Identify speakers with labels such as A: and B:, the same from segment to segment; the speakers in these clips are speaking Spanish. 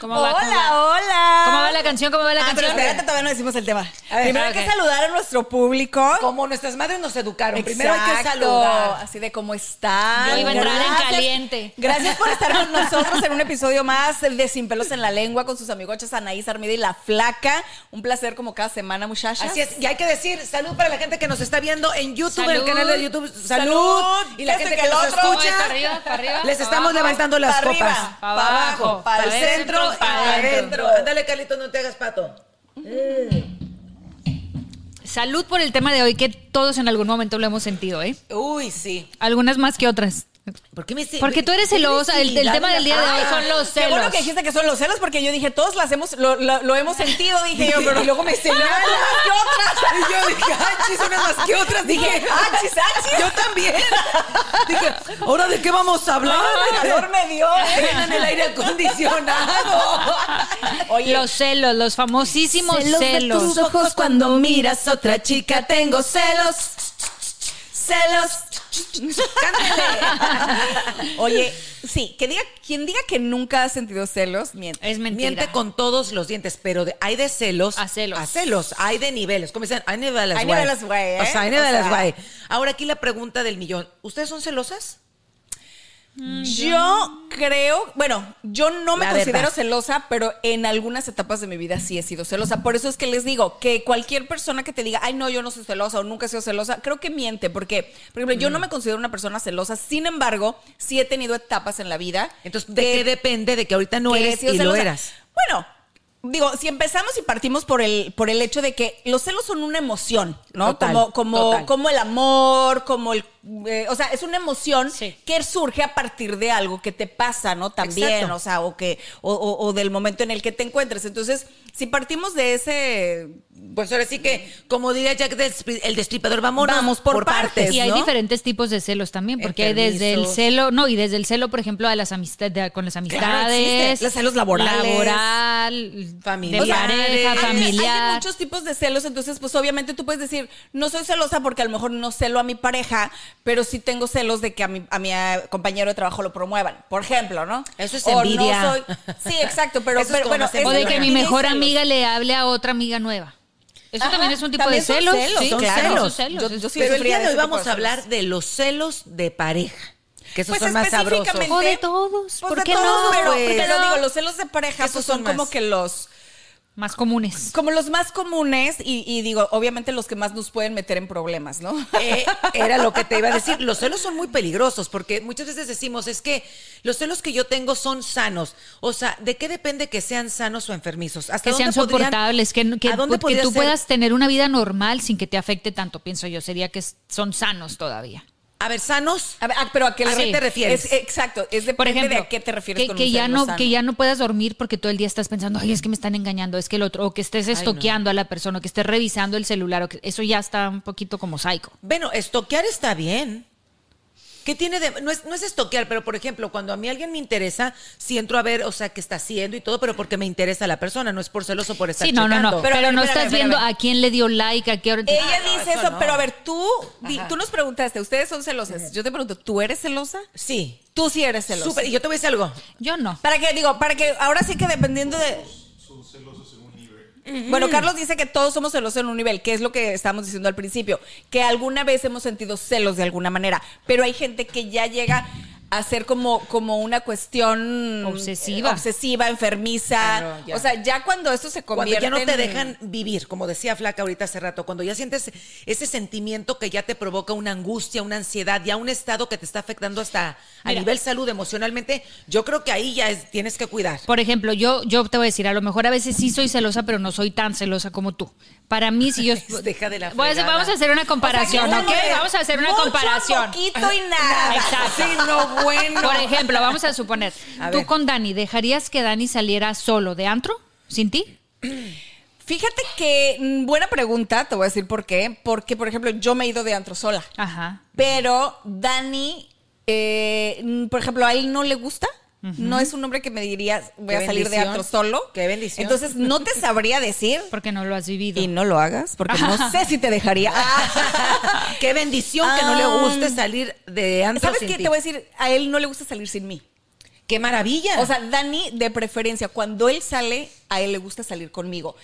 A: ¿Cómo
B: Hola,
A: va? ¿Cómo va?
B: hola.
A: ¿Cómo va la canción? ¿Cómo va la
B: Ah, pero
A: canción?
B: espérate, todavía no decimos el tema.
A: A ver,
B: Primero
A: ah,
B: hay que
A: ok.
B: saludar a nuestro público.
C: Como nuestras madres nos educaron,
B: Exacto.
C: primero hay que saludar.
B: Así de cómo están.
A: Yo iba a entrar en
B: Gracias.
A: caliente.
B: Gracias por estar con nosotros en un episodio más de Sin Pelos en la Lengua con sus amigochas Anaís Armida y La Flaca. Un placer como cada semana, muchachas.
C: Así es, y hay que decir salud para la gente que nos está viendo en YouTube, en el
A: Salud.
C: canal de YouTube. Salud.
B: Salud.
C: Y la
B: Este que
C: gente que,
B: el
C: nos
B: otro,
C: escucha.
A: para arriba, para arriba,
C: les
A: para
C: estamos
A: abajo,
C: levantando las
B: para
C: copas.
B: arriba,
C: Pa'
A: para
B: abajo,
C: Para
B: para
C: el centro, y para adentro. Ándale, Carlito, no te hagas pato.
A: Salud por el tema de hoy que todos en algún momento lo hemos sentido, ¿eh?
C: Uy, sí.
A: Algunas más que otras.
C: ¿Por qué me si-
A: Porque tú eres
C: ¿Qué me
A: celosa, el- el
C: si-
A: tema del día de hoy son los
B: Qué bueno
A: celos.
B: que dijiste que son los celos porque yo dije, todos las hemos, lo, lo- lo hemos sentido, dije yo, pero
C: Y luego me señalan
B: ¿Qué otras? "Ah,
C: Y yo dije, ay, chis, unas más que otras. Dije,
B: "Achis, achis".
C: Yo también. Dije, ¿ahora de qué vamos a hablar?
B: El calor me dio.
C: Prendan el aire acondicionado.
B: Oye,
A: Los celos, los famosísimos celos.
B: Celos de tus ojos cuando miras a otra chica, tengo celos. Celos. Cántale. Oye, sí, que diga, quien diga que nunca ha sentido celos, miente.
A: Es mentira.
C: Miente con todos los dientes, pero de- hay de celos.
A: A celos.
C: A celos. Hay de niveles. Como dicen, hay niveles,
B: Hay
C: güey.
B: niveles, güey, ¿eh?
C: O sea, hay
B: O
C: niveles,
B: sea-
C: güey. Ahora aquí la pregunta del millón. ¿Ustedes son celosas?
B: Yo creo, bueno, yo no me
C: Mm, La
B: considero
C: verdad.
B: celosa, pero en algunas etapas de mi vida sí he sido celosa. Por eso es que les digo que cualquier persona que te diga, ay, no, yo no soy celosa o nunca he sido celosa, creo que miente, porque, por ejemplo, yo no
C: Mm.
B: me considero una persona celosa. Sin embargo, sí he tenido etapas en la vida.
C: Entonces, ¿de qué depende de que ahorita no
B: que he
C: eres y
B: sido
C: lo
B: celosa.
C: eras?
B: Bueno, digo, si empezamos y partimos por el, por el hecho de que los celos son una emoción, ¿no?
C: Total,
B: como, como,
C: total.
B: como el amor, como el. eh, o sea, es una emoción
A: Sí.
B: que surge a partir de algo que te pasa, ¿no? También,
C: Exacto.
B: o sea, o, que, o, o- o del momento en el que te encuentres. Entonces, si partimos de ese.
C: Pues ahora sí que, como diría Jack Destri- el destripador, vámonos
B: Vamos por partes.
A: Y hay
B: ¿no?
A: diferentes tipos de celos también, porque hay desde el
C: Enfermizos.
A: celo, no, y desde el celo, por ejemplo, a las amistades, con las amistades,
B: existe. Los celos laborales.
A: laboral,
C: Familiares.
A: de pareja,
B: Eh, Hay de- Hay de
A: familiar.
B: muchos tipos de celos, entonces pues obviamente tú puedes decir, no soy celosa porque a lo mejor no celo a mi pareja, pero sí tengo celos de que a mi, a mi eh, compañero de trabajo lo promuevan, por ejemplo, ¿no?
C: Eso es
B: O no
C: envidia.
B: soy- sí, exacto, pero,
C: Eso es
B: pero,
C: como
B: bueno,
C: más
B: es
A: o de que mi
B: envidia y
A: mejor
B: celos.
A: amiga le hable a otra amiga nueva. Eso
B: Ajá,
A: también es un tipo
B: también
A: de
B: son
A: celos.
B: celos,
A: sí,
B: son
A: claro,
B: celos.
A: son celos.
B: Yo- yo sí
C: Pero el
B: sufría
C: día
B: de
C: de hoy
B: ese tipo
C: vamos
B: de
C: a hablar de los celos de pareja. Que esos
B: Pues
C: son más sabrosos.
B: específicamente.
A: O de todos,
B: Pues
A: ¿por
B: de
A: qué
B: todos,
A: no?
B: Pero,
A: Pues.
B: pero digo, los celos de pareja
C: Esos
B: pues, son,
C: son
B: como
C: más.
B: que los...
A: más comunes.
B: Como los más comunes y, y digo, obviamente los que más nos pueden meter en problemas, ¿no?
C: Eh, era lo que te iba a decir. Los celos son muy peligrosos porque muchas veces decimos, es que los celos que yo tengo son sanos. O sea, ¿de qué depende que sean sanos o enfermizos? ¿Hasta
A: Que sean
C: dónde podrían-
A: soportables, que, que-
C: ¿a dónde
A: que
C: podría
A: tú
C: ser?
A: puedas tener una vida normal sin que te afecte tanto, pienso yo. Sería que s- son sanos todavía.
C: A ver, sanos.
B: A ver, ah, pero a qué
C: ¿A
B: le-
C: qué te refieres?
B: Es- exacto, es depende
A: Por ejemplo,
B: de a qué te refieres
A: que,
B: con
A: que
B: un
A: ya
B: celo
A: no
B: sano.
A: que ya no puedas dormir porque todo el día estás pensando, ay, es que me están engañando, es que el otro, o que estés
C: no.
A: estoqueando a la persona, o que estés revisando el celular, o que eso ya está un poquito como psycho.
C: Bueno, estoquear está bien. ¿Qué tiene de.? No es, no es estoquear, pero por ejemplo, cuando a mí alguien me interesa, sí entro a ver, o sea, qué está haciendo y todo, pero porque me interesa la persona, no es por celoso por estar
A: Sí, no, no,
C: checando.
A: no. Pero,
B: a ver,
A: no
B: espérame,
A: estás
B: espérame.
A: viendo a quién le dio like, a qué hora. Ah,
B: Ella
C: no,
B: dice
C: eso
B: eso,
C: no.
B: pero a ver, tú, di- tú nos preguntaste, ustedes son celosas. Yo te pregunto, ¿tú eres celosa?
C: Sí.
B: Tú sí eres celosa.
C: Súper. Y yo te voy a decir algo.
A: Yo no.
B: Para que, digo, para que ahora sí que dependiendo de. Bueno, Carlos dice que todos somos celosos en un nivel, que es lo que estábamos diciendo al principio, que alguna vez hemos sentido celos de alguna manera, pero hay gente que ya llega a ser como, como una cuestión
A: Obsesiva.
B: eh, obsesiva, enfermiza.
C: Ah, no, ya.
B: o sea, ya cuando esto se
C: Cuando
B: convierte
C: ya no te
B: en-
C: dejan vivir, como decía Flaca ahorita hace rato, cuando ya sientes ese sentimiento que ya te provoca una angustia, una ansiedad, ya un estado que te está afectando hasta a
A: Mira.
C: nivel salud emocionalmente, yo creo que ahí ya es- tienes que cuidar.
A: Por ejemplo, yo, yo te voy a decir, a lo mejor a veces sí soy celosa, pero no soy tan celosa como tú. Para mí, si yo.
C: Deja de la
A: Voy a hacer-
C: fregada.
A: vamos a hacer una comparación,
B: O sea, que
A: ¿ok?
B: uno es
A: Vamos a hacer una
B: mucho,
A: comparación.
B: poquito y nada.
A: Exacto.
C: Sí, no, bueno.
A: Por ejemplo, vamos a suponer,
C: A
A: tú
C: ver.
A: con Dani, ¿dejarías que Dani saliera solo de antro? ¿Sin ti?
B: Fíjate que mm, buena pregunta, te voy a decir por qué. Porque, por ejemplo, yo me he ido de antro sola.
A: Ajá.
B: Pero Dani, eh, mm, por ejemplo, a él no le gusta. No es un hombre que me diría, voy
C: Qué
B: a salir de
C: bendición.
B: antro solo.
C: Qué bendición.
B: Entonces, no te sabría decir.
A: Porque no lo has vivido.
B: Y no lo hagas, porque no sé si te dejaría.
C: Qué bendición que no le
B: Ah.
C: guste salir de antro
B: ¿Sabes
C: sin
B: qué?
C: ti.
B: Te voy a decir, a él no le gusta salir sin mí.
C: Qué maravilla.
B: O sea, Dani, de preferencia, cuando él sale, a él le gusta salir conmigo.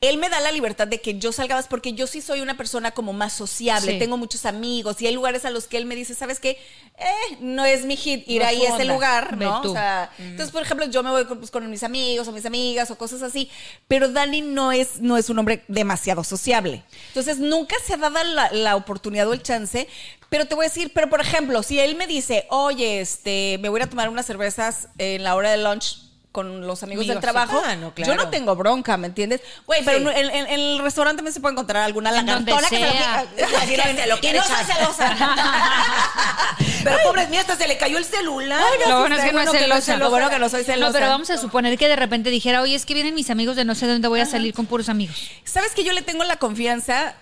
B: Él me da la libertad de que yo salga más, porque yo sí soy una persona como más sociable,
A: Sí.
B: tengo muchos amigos y hay lugares a los que él me dice, ¿sabes qué? Eh, no es mi hit ir
C: No es
B: ahí
C: tu
B: a ese
C: onda.
B: lugar,
A: Ve
B: ¿no?
A: tú.
B: O sea,
C: Mm.
B: entonces, por ejemplo, yo me voy con, pues, con mis amigos o mis amigas o cosas así, pero Dani no es, no es un hombre demasiado sociable. Entonces, nunca se ha dado la, la oportunidad o el chance, pero te voy a decir, pero por ejemplo, si él me dice, oye, este, me voy a ir a tomar unas cervezas en la hora de lunch con los amigos del
A: Amigos,
B: trabajo,
C: ah, no,
B: yo no
C: claro.
B: tengo bronca, ¿me entiendes? Güey, pero
C: Sí.
B: en, en- en el restaurante también se puede encontrar alguna
A: En donde
B: lagartona que se lo
A: sea.
B: quiera-
C: Así que se lo
B: Y
C: quiere
B: no soy
C: echar.
B: celosa.
C: Pero pobre mía, hasta se le cayó el celular.
B: Ay, no,
A: Lo
B: sí,
A: bueno es
B: está
A: que no es
B: bueno que no
A: celosa.
B: es celosa. Lo bueno que no soy celosa.
A: No, pero vamos a suponer que de repente dijera, oye, es que vienen mis amigos de no sé dónde voy a salir con puros amigos.
B: Sabes que yo le tengo la confianza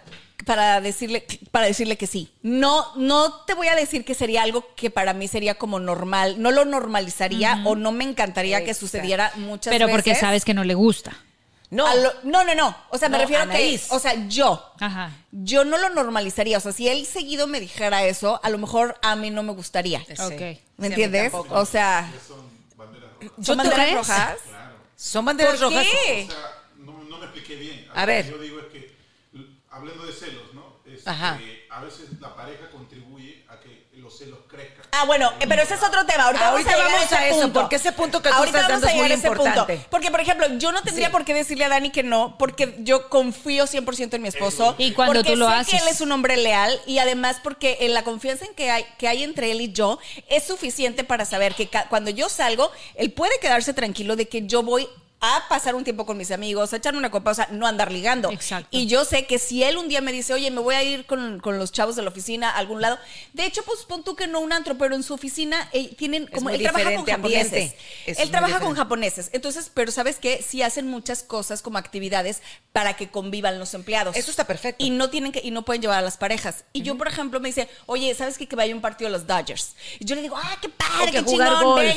B: para decirle, para decirle que sí. No, no te voy a decir que sería algo que para mí sería como normal. No lo normalizaría o no me encantaría que sucediera muchas
A: Pero
B: veces.
A: porque sabes que no le gusta.
C: No.
B: A lo- no, no, no. O sea, me
C: No,
B: refiero
C: Anaís.
B: a que, o sea, yo.
A: Ajá.
B: Yo no lo normalizaría. O sea, si él seguido me dijera eso, a lo mejor a mí no me gustaría.
C: Sí.
A: Ok.
B: ¿Me
C: Sí, a mí
B: entiendes?
C: tampoco.
B: O sea, ¿son
A: ¿Tú
B: banderas
A: crees?
B: rojas?
C: Son
B: ¿Por
C: banderas rojas.
B: qué?
D: no, no me expliqué bien.
C: A
D: Lo que
C: ver.
D: Yo digo es que, l- hablando de celos, ¿no? Este,
C: Ajá.
D: A veces la pareja contribuye a que los celos crezcan.
B: Ah, bueno, eh, pero ese es otro tema. Ahorita,
C: Ahorita
B: vamos a, llegar
C: vamos a
B: ese
C: eso,
B: punto.
C: porque ese punto que tú estás
B: vamos
C: dando
B: a
C: es muy
B: llegar a ese punto.
C: importante.
B: Porque, por ejemplo, yo no tendría
C: Sí.
B: por qué decirle a Dani que no, porque yo confío 100% en mi esposo.
A: Y cuando
B: porque
A: tú lo
B: sé
A: haces.
B: que él es un hombre leal y además porque eh, la confianza en que hay, que hay entre él y yo es suficiente para saber que ca- cuando yo salgo, él puede quedarse tranquilo de que yo voy a pasar un tiempo con mis amigos, a echar una copa, o sea, no andar ligando.
A: Exacto.
B: Y yo sé que si él un día me dice, oye, me voy a ir con, con los chavos de la oficina a algún lado. De hecho, pues pon tú que no un antro, pero en su oficina eh, tienen como
C: muy
B: él trabaja con
C: diferente ambiente.
B: japoneses.
C: Eso es
B: él
C: muy
B: trabaja con
C: diferente.
B: japoneses. Entonces, pero ¿sabes qué? Sí hacen muchas cosas como actividades para que convivan los empleados.
C: Eso está perfecto.
B: Y no tienen que y no pueden llevar a las parejas. Y yo, por ejemplo, me dice, "Oye, ¿sabes qué? que vaya a un partido de los Dodgers?" Y yo le digo, "Ah, qué padre,
C: O que
B: qué
C: jugar
B: chingón,
C: golf.
B: ven,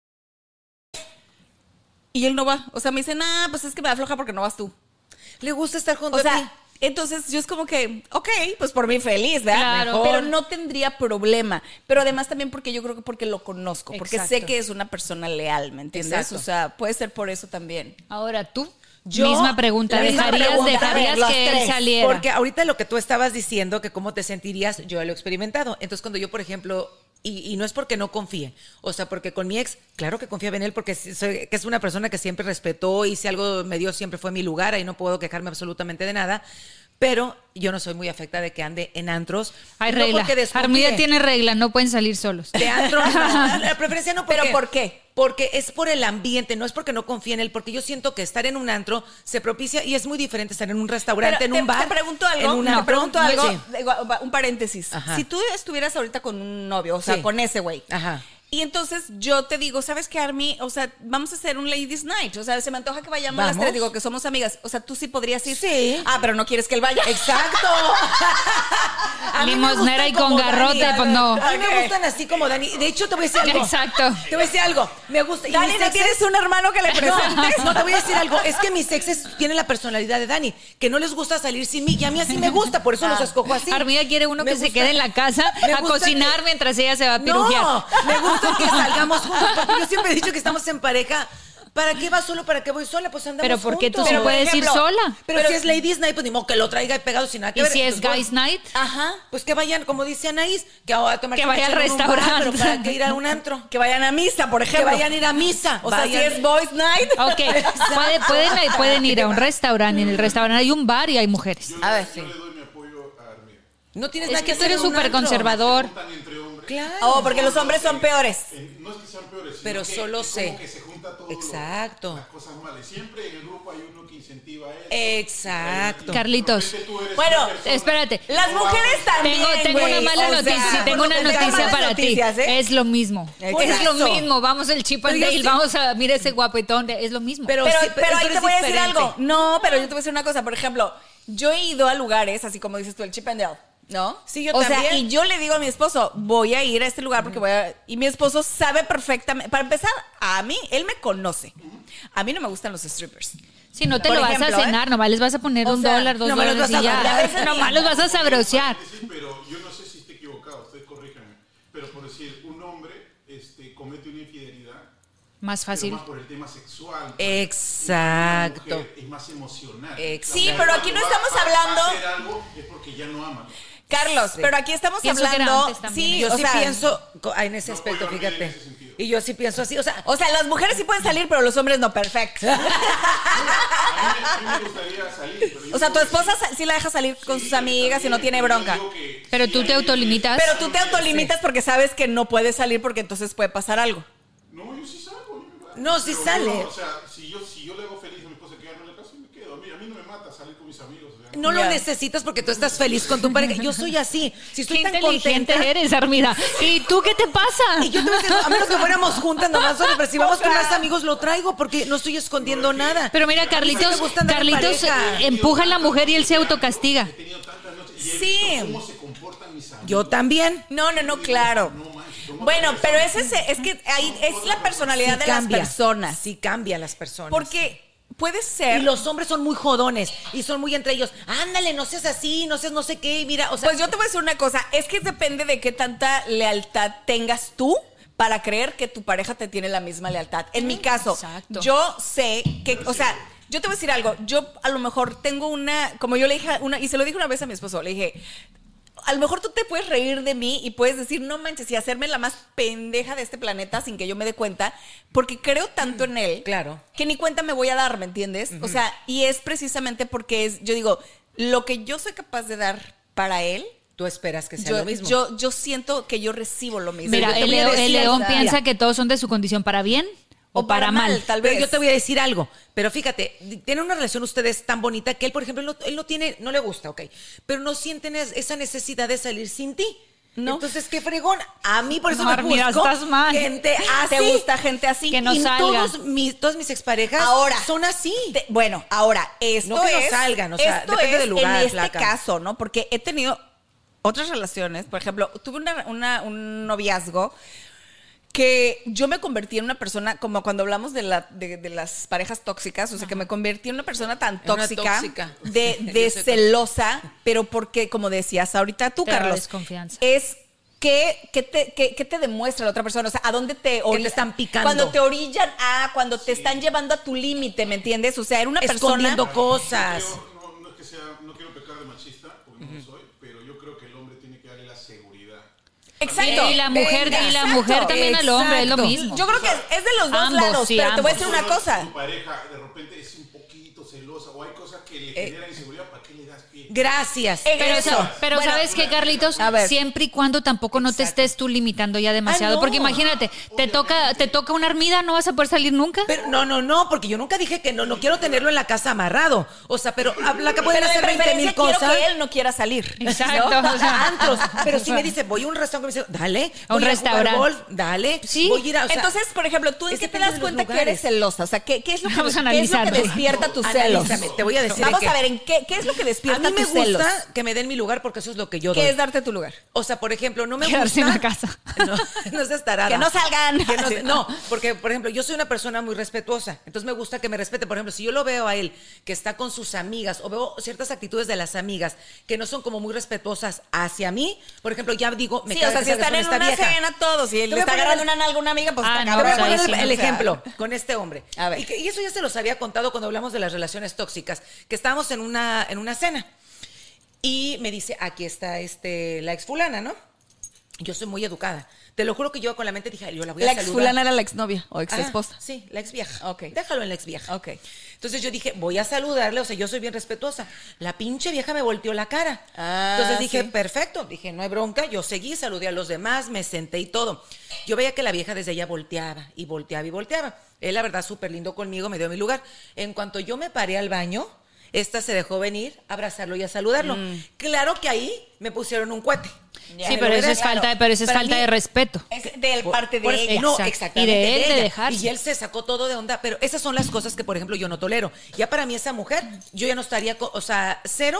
B: Y él no va. O sea, me dice, nah, pues es que me da floja porque no vas tú.
C: Le gusta estar junto
B: O
C: a ti.
B: sea, Entonces yo es como que, ok, pues por mí feliz, ¿verdad?
A: Claro.
B: Mejor. Pero no tendría problema. Pero además también porque yo creo que porque lo conozco, porque sé
A: Exacto.
B: que es una persona leal, ¿me entiendes?
C: Exacto.
B: O sea, puede ser por eso también.
A: Ahora tú.
C: Yo-
A: misma pregunta.
C: la misma
A: ¿Dejarías,
C: pregunta,
A: dejarías
B: los
A: que él
B: tres,
A: saliera?
C: Porque ahorita lo que tú estabas diciendo, que cómo te sentirías, yo lo he experimentado. Entonces, cuando yo, por ejemplo, y, y no es porque no confíe, o sea, porque con mi ex, claro que confiaba en él, porque sí soy- que es una persona que siempre respetó y si algo me dio, siempre fue mi lugar, ahí no puedo quejarme absolutamente de nada. Pero yo no soy muy afecta de que ande en antros.
A: Hay
C: no
A: regla.
C: porque desconfíe.
A: Armida tiene regla, no pueden salir solos.
C: De antro, no. La preferencia no.
B: ¿Pero por qué?
C: Porque es por el ambiente, no es porque no confíe en él, porque yo siento que estar en un antro se propicia y es muy diferente estar en un restaurante,
B: Pero
C: en
B: te-
C: un bar.
B: Te pregunto algo.
C: en un
B: te
C: antro.
B: pregunto algo.
C: Sí.
B: digo, un paréntesis.
C: Ajá.
B: Si tú estuvieras ahorita con un novio, o sea,
C: Sí.
B: con ese güey.
C: Ajá.
B: Y entonces yo te digo, ¿sabes qué, Army? O sea, vamos a hacer un ladies night. O sea, se me antoja que vayamos a las
C: Vamos.
B: tres. Digo, que somos amigas. O sea, tú sí podrías ir.
C: Sí.
B: Ah, pero no quieres que él vaya.
C: Exacto. A mí me
A: Limosnera
C: gustan
A: y con
C: como
A: garrote,
C: Dani.
A: pues no.
C: A mí
B: Ok.
C: me gustan así como Dani. De hecho, te voy a decir algo.
A: Exacto.
C: Te voy a decir algo. Me gusta. y
B: Dani,
C: mis
B: ¿no
C: exes-
B: tienes un hermano que le presentes?
C: No, no, te voy a decir algo. Es que mis exes tienen la personalidad de Dani, que no les gusta salir sin mí. Y a mí así me gusta, por eso los escojo así.
A: Ah. Armida quiere uno
C: Me
A: que se
C: gusta-
A: quede en la casa
C: me
A: a
C: gusta
A: cocinar
C: que-
A: mientras ella se va a pirujear.
C: No, me gusta que salgamos juntos. porque yo siempre he dicho que estamos en pareja. ¿Para qué vas solo? ¿para qué voy sola? Pues andamos
A: Pero ¿por qué tú sí
C: juntos. Pero, por
A: puedes ir
C: ejemplo,
A: sola?
C: Pero, si es Ladies Night, pues ni modo que lo traiga pegado sin nada que
A: ¿Y
C: ver.
A: si es
C: Entonces, voy-
A: Guys Night?
B: Ajá.
C: Pues que vayan, como dice Anaís, que a tomar
A: Que vaya al restaurante.
C: pero para que ir a un antro.
B: Que vayan a misa, por
C: Que
B: ejemplo.
C: vayan a ir a misa.
B: O sea, si es boys night.
A: Ok, puede- pueden, pueden ir a un restaurante. En el restaurante hay un bar y hay mujeres.
B: A ver, sí.
D: Yo le doy mi apoyo a Armin.
C: No tienes
A: Es
C: nada
A: que
C: que
A: tú
C: hacer.
A: eres
C: en un
A: súper
C: antro.
A: conservador.
D: Juntan entre hombres.
C: Claro.
B: Oh, porque los hombres son peores.
D: Eh, No es que sean peores, sino
C: Pero
D: que
C: solo
D: es
C: sé.
D: Como que se junta todo lo-
C: Exacto.
D: las cosas malas. Siempre en el grupo hay uno que incentiva eso.
C: Exacto.
A: Carlitos,
D: Tú eres
B: Bueno,
D: una persona-
A: espérate.
B: Las mujeres también.
A: Tengo, tengo una
B: güey.
A: mala
B: O sea,
A: noticia, tengo una
B: porque hay
A: noticia
B: malas
A: para
B: noticias,
A: ti.
B: ¿eh?
A: Es lo mismo.
B: Por
A: Es lo
B: eso.
A: mismo. Vamos el chip and
C: Pero yo
A: Dale,
C: sí-
A: vamos a mira ese guapetón, de- es lo mismo.
C: Pero-
B: pero,
C: sí,
B: pero
C: pero
B: ahí
C: es
B: te voy a decir
C: diferente.
B: algo. No, pero yo te voy a decir una cosa. Por ejemplo, yo he ido a lugares, así como dices tú, el Chip and Dale, ¿no?
C: Sí, yo
B: o sea,
C: también.
B: y yo le digo a mi esposo, voy a ir a este lugar porque voy a... Y mi esposo sabe perfectamente... Para empezar, a mí, él me conoce. A mí no me gustan los strippers.
A: si no te
B: por
A: lo vas
B: ejemplo,
A: a
B: ¿eh?
A: cenar, nomás les vas a poner
B: O
A: un
B: sea,
A: dólar, dos
C: nomás los
A: dólares
C: vas
A: y
C: a
A: ya.
B: abrazar.
A: Nomás los vas a sabrosear.
D: Sí, pero yo no sé si esté equivocado, ustedes corríjanme. Pero por decir, un hombre este, comete una infidelidad,
A: Más
D: pero
A: fácil.
D: más por el tema sexual. Una
C: Exacto.
D: mujer Es más emocional.
C: Exacto.
B: Sí,
D: La mujer
B: pero aquí
D: cuando
B: no
D: va-
B: estamos
D: va- va
B: hablando-
D: a hacer algo es porque ya no ama.
B: Carlos, pero aquí estamos
A: Pienso que era
B: hablando...
A: antes también,
B: Sí,
A: ¿eh?
C: Yo
B: o
C: sí
B: sea,
C: pienso co- ah, en ese
D: No
C: aspecto,
D: puedo dormir en
C: fíjate.
D: ese sentido.
C: Y yo sí pienso así, o sea,
B: O sea, las mujeres sí pueden salir, pero los hombres no. Perfecto.
D: A mí, me- a mí me gustaría salir. Pero yo
B: O sea, tu
D: creo que
B: esposa sa- sí la deja salir con sus amigas y no tiene bronca.
D: yo digo que
A: Pero
D: sí
A: tú te
D: hay-
C: Ah,
A: autolimitas.
B: Pero tú te autolimitas porque sabes que no puedes salir porque entonces puede pasar algo.
D: No, yo sí salgo. yo me voy.
C: No, sí
D: Pero yo
C: sale.
D: no, o sea, si yo, si yo le hago feliz a mi esposa quedarme en la casa, yo me quedo. A mí, a mí no me mata salir con mis amigos. o sea,
C: no lo
B: Ya.
C: necesitas porque tú estás feliz con tu pareja. Yo soy así. Si
A: Qué
C: estoy tan
A: inteligente
C: contenta.
A: eres, Armida. ¿Y tú qué te pasa?
C: Y yo te voy a decir, a menos que fuéramos juntas nomás, solo, pero si vamos con más amigos lo traigo porque no estoy escondiendo nada.
A: Pero mira,
C: A mí
A: Carlitos,
C: sí me gusta andar en
A: Carlitos
C: pareja.
A: eh, empuja a la mujer y él se autocastiga.
D: He tenido tantas noches y he
B: Sí.
D: visto cómo se comportan mis amigos.
C: Yo también.
B: No, no, no, claro. Bueno, pero ese es, es que ahí es la personalidad de las personas.
C: Sí cambia las personas.
B: Porque puede
C: y
B: ser.
C: los hombres son muy jodones y son muy entre ellos. Ándale, no seas así, no seas no sé qué, y mira, o sea,
B: Pues yo te voy a decir una cosa, es que depende de qué tanta lealtad tengas tú para creer que tu pareja te tiene la misma lealtad. En mi caso,
A: Exacto.
B: yo sé que, o sea, yo te voy a decir algo, yo a lo mejor tengo una, como yo le dije, a una, y se lo dije una vez a mi esposo, le dije, a lo mejor tú te puedes reír de mí y puedes decir, no manches, y hacerme la más pendeja de este planeta sin que yo me dé cuenta, porque creo tanto en él.
C: Claro.
B: Que ni cuenta me voy a dar, ¿me entiendes? O sea, y es precisamente porque es, yo digo, lo que yo soy capaz de dar para él,
C: tú esperas que sea
B: yo,
C: lo mismo.
B: yo, yo siento que yo recibo lo mismo.
A: Mira,
B: Yo te
A: el,
B: voy a
A: leo- el
B: decir, o
A: león
B: sea,
A: piensa
B: mira,
A: que todos son de su condición para bien o, para, mal.
B: tal
C: Pero
B: vez.
C: yo te voy a decir algo. Pero fíjate, di- tienen una relación ustedes tan bonita que él, por ejemplo, él no, él no tiene, no le gusta, ok. Pero no sienten es- esa necesidad de salir sin ti.
B: No.
C: Entonces, qué fregón. A mí por eso
A: No,
C: me
A: Armida,
C: busco
A: estás mal.
C: gente así.
B: ¿Te gusta gente así?
A: Que no
C: y
A: salga.
C: todos mis, todas mis exparejas
B: Ahora.
C: son así.
B: Te- bueno, ahora, esto
C: No que no
B: es.
C: salgan, o sea,
B: esto
C: depende
B: es
C: del lugar,
B: En este
C: flaca.
B: caso, ¿no? Porque he tenido otras relaciones. Por ejemplo, tuve una- una- un noviazgo que yo me convertí en una persona, como cuando hablamos de, la, de, de las parejas tóxicas, o sea, que me convertí en una persona tan
C: En una
B: tóxica,
C: tóxica.
B: de,
C: Yo
B: de
C: sé
B: celosa, pero porque, como decías ahorita tú,
A: Te da
B: Carlos,
A: desconfianza.
B: es... ¿Qué, qué te, qué- qué te demuestra la otra persona? O sea, ¿a dónde te orilla-
C: están picando.
B: Cuando te orillan a, cuando te están llevando a tu límite, ¿me entiendes? O sea, era una persona...
C: Escondiendo cosas.
D: Yo no, no es que sea, no quiero pecar de machista, porque no lo soy, pero yo creo que el hombre tiene que darle la seguridad.
B: Exacto.
A: Y la mujer-
B: Venga,
A: y la
B: exacto.
A: mujer también al hombre, es lo
B: Exacto.
A: mismo.
B: Yo creo que es, es de los dos
A: Ambos,
B: lados,
A: sí,
B: pero te voy a
A: ambos.
B: decir una cosa.
D: Tu pareja de repente es un poquito celosa o hay cosas que
C: Eh,
D: le generan inseguridad, ¿para qué le das pie?
C: Gracias.
B: Eh,
A: Pero,
B: Eso.
A: sa- pero
B: Bueno,
A: sabes que, Carlitos,
B: a ver.
A: siempre y cuando tampoco no te estés tú limitando ya demasiado.
B: Ah, no.
A: Porque imagínate, te toca, te toca una armida, no vas a poder salir nunca.
C: Pero no, no, no, porque yo nunca dije que no, no quiero tenerlo en la casa amarrado. O sea, pero habla que pueden
B: Pero de
C: hacer 20
B: preferencia
C: mil
B: quiero
C: cosas.
B: que él no quiera salir.
A: Exacto.
C: ¿no?
A: o sea.
C: antros. Pero si me dice, voy a un restaurante, me dice, dale.
A: A un
C: voy
A: restaurante.
C: jugar golf, dale.
A: Sí.
C: Voy a ir a, o sea,
B: Entonces, por ejemplo, ¿tú en
C: es
B: qué te
C: depende
B: das
C: de los
B: cuenta que
C: lugares.
B: eres celosa? O sea, ¿qué, qué es, lo que,
A: Vamos
B: qué es lo que
A: analizando.
B: despierta tus celos?
C: Analízame, te voy a decir en
B: Vamos
C: qué.
B: a ver, ¿en qué, qué es lo que
C: a
B: despierta
C: mí me
B: tus
C: gusta
B: celos?
C: que me den mi lugar porque eso es lo que yo doy.
B: ¿Qué es darte tu lugar?
C: O sea, por ejemplo, no me
A: Quedarse
C: gusta.
A: en la casa.
C: No, no seas tarada.
B: Que no salgan.
C: Que no, no, porque, por ejemplo, yo soy una persona muy respetuosa. Entonces me gusta que me respete. Por ejemplo, si yo lo veo a él que está con sus amigas o veo ciertas actitudes de las amigas que no son como muy respetuosas hacia mí, por ejemplo, ya digo, me
B: sí,
C: caga
B: o sea,
C: que
B: si
C: salgas
B: están
C: con
B: en
C: esta
B: una
C: vieja.
B: cena todos y
C: Te
B: él
C: voy a
B: está
C: poner
B: agarrando
C: el-
B: una nalga a una amiga, pues
A: Ah,
B: está
A: no,
C: Te voy
B: cabrón.
C: a
A: ahí
C: poner el,
A: sí,
C: el
B: O sea,
C: ejemplo con este hombre.
B: A ver.
C: Y, que- y eso ya se los había contado cuando hablamos de las relaciones tóxicas, que estábamos en una, en una cena. Y me dice, aquí está este, la ex fulana, ¿no? Yo soy muy educada. Te lo juro que yo con la mente dije, "Ay, yo la voy a
B: La
C: saludar.
B: ex fulana era la exnovia o ex
C: Ah,
B: esposa.
C: sí, la ex vieja.
B: Ok.
C: Déjalo en la ex vieja.
B: Ok.
C: Entonces yo dije, voy a saludarle, o sea, yo soy bien respetuosa. La pinche vieja me volteó la cara.
B: Ah,
C: Entonces dije,
B: sí.
C: perfecto. Dije, no hay bronca. Yo seguí, saludé a los demás, me senté y todo. Yo veía que la vieja desde allá volteaba y volteaba y volteaba. Él, la verdad, súper lindo conmigo, me dio mi lugar. En cuanto yo me paré al baño, esta se dejó venir a abrazarlo y a saludarlo. Claro que ahí me pusieron un cuete.
B: Ya.
A: Mm. sí,
C: Me
A: pero
C: lo
A: eso
C: hubiera-
A: es
C: claro.
A: falta, de- pero eso es
C: Para
A: falta
C: mí-
A: de respeto.
B: Es del
C: por-
B: parte de
C: por eso-
B: ella.
C: No,
A: Exacto.
C: exactamente.
A: Y de él, de
C: ella.
A: dejarse.
C: Y él se sacó todo de onda. Pero esas son las cosas que, por ejemplo, yo no tolero. Ya para mí, esa mujer, yo ya no estaría, co- o sea, cero.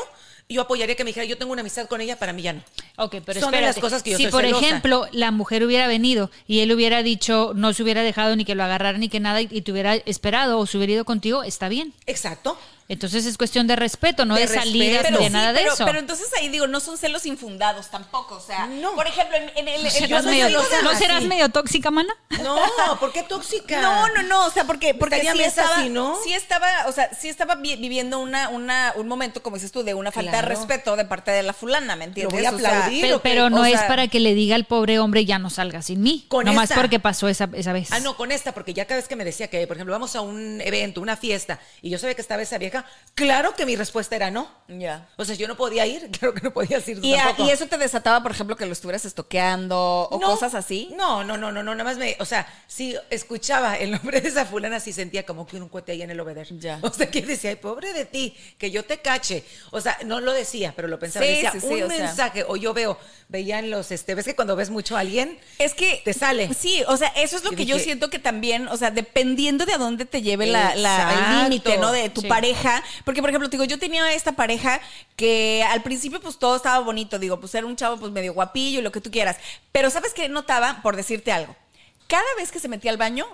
C: Yo apoyaría que me dijera, yo tengo una amistad con ella, para mí ya no.
A: Ok, pero
C: Son de
A: espérate.
C: las cosas que yo
A: si
C: soy
A: por
C: celosa.
A: ejemplo la mujer hubiera venido y él hubiera dicho, no se hubiera dejado ni que lo agarrara ni que nada y, y te hubiera esperado o se hubiera ido contigo, está bien.
C: Exacto.
A: Entonces es cuestión de respeto, no
C: De
A: de, salidas
C: respeto.
A: ni de
C: Sí,
A: nada de
B: pero,
A: eso.
B: pero entonces ahí digo, no son celos infundados tampoco. O sea,
C: No.
B: por ejemplo, en, en el.
A: ¿No
B: en-
A: serás,
B: yo soy
A: medio,
B: celosa.
A: ¿no
C: así.
A: serás medio tóxica, mana?
C: No, ¿por qué tóxica?
B: No, no, no, o sea, porque, porque
C: Estaría
B: sí
C: bien
B: estaba,
C: así, ¿no?
B: sí estaba, o sea, sí estaba vi- viviendo una, una, un momento, como dices tú, de una falta
C: Claro.
B: de respeto de parte de la fulana, ¿me entiendes?
C: voy a
B: O sea,
C: aplaudir. Sí,
A: Pero,
C: lo que-
A: pero no
B: o
A: es
B: sea-
A: para que le diga al pobre hombre ya no salga sin mí.
C: Con
A: nomás
C: esa.
A: porque pasó esa, esa vez.
C: Ah, no, con esta, porque ya cada vez que me decía que, por ejemplo, vamos a un evento, una fiesta, y yo sabía que estaba esa vieja, claro que mi respuesta era no.
B: Ya.
C: O sea, yo no podía ir, claro que no podía ir
B: y, a-
C: tampoco.
B: y eso te desataba, por ejemplo, que lo estuvieras estoqueando o
C: No,
B: cosas así.
C: No, no, no, no, no, nada más me, o sea, si escuchaba el nombre de esa fulana, sí sentía como que un cuete ahí en el obeder.
B: Ya.
C: O sea, que decía, ay, pobre de ti, que yo te cache. O sea, no lo decía, pero lo pensaba.
B: Sí,
C: decía
B: sí, sí,
C: un
B: o sea.
C: mensaje, o yo veo, veían los, este, ves que cuando ves mucho a alguien,
B: Es que.
C: Te sale.
B: Sí, o sea, eso es lo
C: Y
B: que yo
C: dije-
B: siento que también, o sea, dependiendo de a dónde te lleve la, la- el
C: Exacto.
B: límite, ¿no? De tu
A: Sí.
B: pareja. Porque, por ejemplo, te digo, yo tenía esta pareja que al principio, pues todo estaba bonito. Digo, pues era un chavo, pues medio guapillo y lo que tú quieras. Pero, ¿sabes qué notaba? Por decirte algo. Cada vez que se metía al baño,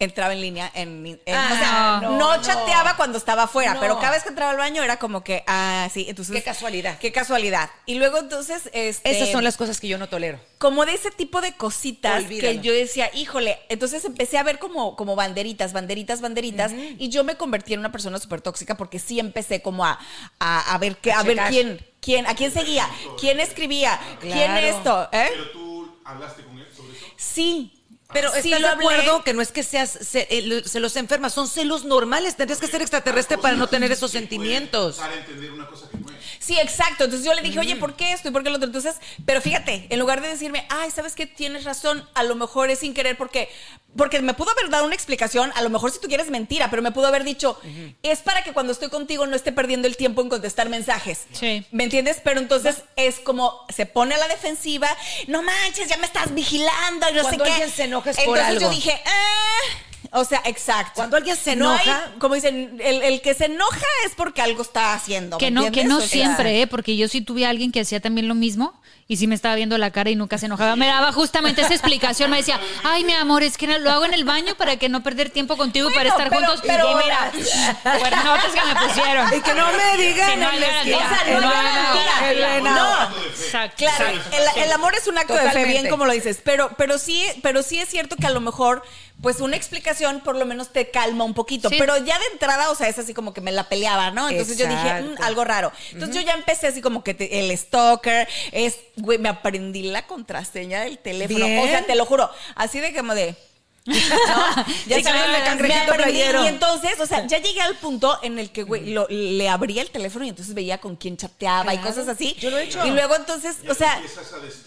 B: entraba en línea en. en- o sea,
A: Ah,
B: no,
C: no, no.
B: chateaba cuando estaba afuera,
C: No.
B: pero cada vez que entraba al baño era como que, ah, sí. Entonces.
C: Qué casualidad.
B: Qué casualidad. Y luego, entonces. Este,
C: esas son las cosas que yo no tolero.
B: como de ese tipo de cositas
C: Olvídalo.
B: que yo decía, híjole, entonces empecé a ver como, como banderitas, banderitas, banderitas, y yo me convertí en una persona súper tóxica porque sí empecé como a, a, a ver qué, a,
C: A
B: ver
C: checar.
B: quién, quién, a quién seguía, quién escribía, quién
C: Claro.
B: esto, ¿eh?
D: Pero tú hablaste con él sobre eso.
B: Sí.
C: Pero
B: sí
C: estás de
B: lo hablé.
C: acuerdo que no es que seas se, eh, lo- celos enferma, son celos normales. Tendrías que ser extraterrestre para no tener esos
D: Que puede
C: sentimientos.
D: Dar a entender una cosa que no es.
B: Sí, exacto. Entonces yo le dije, oye, ¿por qué esto y por qué lo otro? Entonces, pero fíjate, en lugar de decirme, ay, ¿sabes qué? Tienes razón, a lo mejor es sin querer porque, porque me pudo haber dado una explicación, a lo mejor si tú quieres mentira, pero me pudo haber dicho, es para que cuando estoy contigo no esté perdiendo el tiempo en contestar mensajes.
A: Sí.
B: ¿Me entiendes? Pero entonces es como se pone a la defensiva, no manches, ya me estás vigilando y no
C: Cuando
B: sé qué.
C: alguien se enoja es por
B: entonces
C: algo.
B: yo dije, ah, O sea, exacto.
C: Cuando alguien se
B: No hay-
C: enoja-
B: como dicen, el, el que se enoja es porque algo está haciendo. ¿me
A: Que no, que
B: entiendes?
A: no
B: O sea,
A: siempre, ¿eh? porque yo sí tuve a alguien que hacía también lo mismo y sí me estaba viendo la cara y nunca se enojaba. Me daba justamente esa explicación, me decía, ay, mi amor, es que lo hago en el baño para que no perder tiempo contigo y para
B: Bueno,
A: estar
B: pero-
A: juntos.
B: pero-
A: y mira, cuernotes que me pusieron.
C: Y que no me digan
A: Que no
C: en
A: hay
C: la
A: garantía.
B: O sea,
C: esquina.
B: no
A: Que
B: hay garantía.
C: Elena.
B: No.
A: Exacto.
B: Claro,
A: exacto.
B: el, el amor es un acto de fe,
C: Totalmente.
B: bien como lo dices, pero, pero, sí, pero sí es cierto que a lo mejor, pues una explicación por lo menos te calma un poquito,
A: Sí.
B: pero ya de entrada, o sea, es así como que me la peleaba, ¿no? Entonces yo dije,
C: Exacto.
B: "Mm, algo raro. Entonces yo ya empecé así como que te- el stalker, es, güey, me aprendí la contraseña del teléfono,
C: Bien.
B: o sea, te lo juro, así de como de... ¿no?
C: Sí, claro,
B: me
C: el cangrejito
B: aprendí,
C: playero.
B: y entonces, o sea, ya llegué al punto en el que, güey, lo- le abría el teléfono y entonces veía con quién chateaba y cosas así.
C: Yo lo he hecho.
B: Y luego entonces, o sea,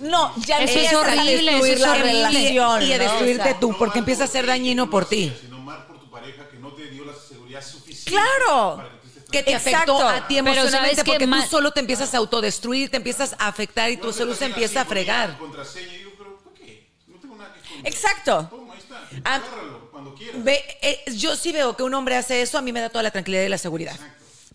B: no, ya
A: Eso es
B: empiezas a
A: horrible, eso
B: destruir
A: es
B: la
A: horrible.
B: relación.
C: Y a
B: ¿no?
C: destruirte
B: O sea,
C: tú, porque empieza a ser dañino por ti.
D: Sino mal por tu pareja que no te dio la seguridad suficiente.
B: Claro.
D: para que tú estés
C: Que te
B: Exacto.
C: afectó a ti
A: Pero
C: emocionalmente
A: ¿sabes qué?
C: porque tú
A: Ma-
C: solo te empiezas a autodestruir, te empiezas a afectar y tu salud se empieza a fregar.
D: Contraseña, y digo, pero ¿por qué? No tengo nada que esconder.
B: Exacto.
D: Toma, ahí está.
C: Ah,
D: Agárralo cuando quieras.
C: Ve, eh, yo sí veo que un hombre hace eso, a mí me da toda la tranquilidad y la seguridad.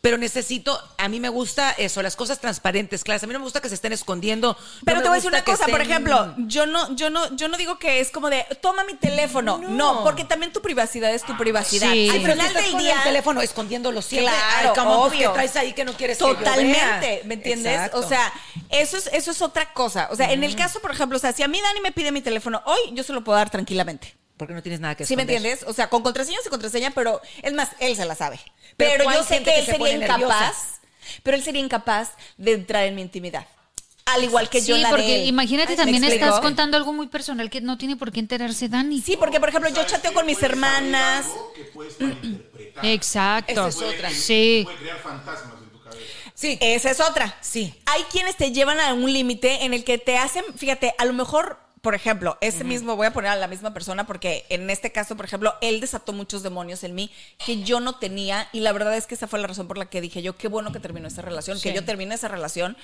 C: Pero necesito, a mí me gusta eso, las cosas transparentes, claras. A mí no me gusta que se estén escondiendo. no
B: Pero
C: me
B: te voy a decir
C: gusta
B: una
C: que
B: cosa, por
C: estén-
B: ejemplo, yo no, yo no, yo no digo que es como de toma mi teléfono. No, porque también tu privacidad es tu privacidad.
A: Sí.
B: Al
A: Sí,
C: Pero si
B: final
C: estás
B: del
C: con
B: día.
C: el teléfono escondiéndolo siempre.
B: Claro,
C: Ay, come on, pues, ¿qué
B: obvio.
C: traes ahí que no quieres que yo vea?
B: Totalmente, ¿me entiendes?
C: Exacto. Mm.
B: O sea, eso es, eso es otra cosa. O sea, en el caso, por ejemplo, o sea, si a mí Dani me pide mi teléfono hoy, yo se lo puedo dar tranquilamente.
C: porque no tienes nada que
B: ¿Sí me
C: esconder.
B: entiendes? O sea, con contraseña y contraseña, pero es más, él se la sabe.
C: Pero
B: Pero,
C: ¿cuál
B: yo sé
C: gente
B: que
C: que
B: él
C: se
B: sería
C: pone
B: incapaz,
C: nerviosa?
B: pero él sería incapaz de entrar en mi intimidad. Al igual que yo
A: Sí,
B: en la de
A: porque
B: él.
A: imagínate
B: ¿Me
A: también
B: explico?
A: estás contando algo muy personal que no tiene por qué enterarse Dani.
B: Sí, porque por ejemplo, yo
D: ¿Sabes
B: chateo
D: qué?
B: con mis
D: Puedes abrir
B: hermanas.
D: algo que puedes malinterpretar.
A: Exacto.
C: Esa es otra.
A: Sí.
D: Puede crear fantasmas en tu cabeza.
C: Sí.
B: Esa es otra.
C: Sí.
B: Hay quienes te llevan a un límite en el que te hacen, fíjate, a lo mejor, por ejemplo, ese mismo, voy a poner a la misma persona porque en este caso, por ejemplo, él desató muchos demonios en mí que yo no tenía y la verdad es que esa fue la razón por la que dije yo, qué bueno que terminó esa relación, que
A: Sí.
B: yo terminé esa relación,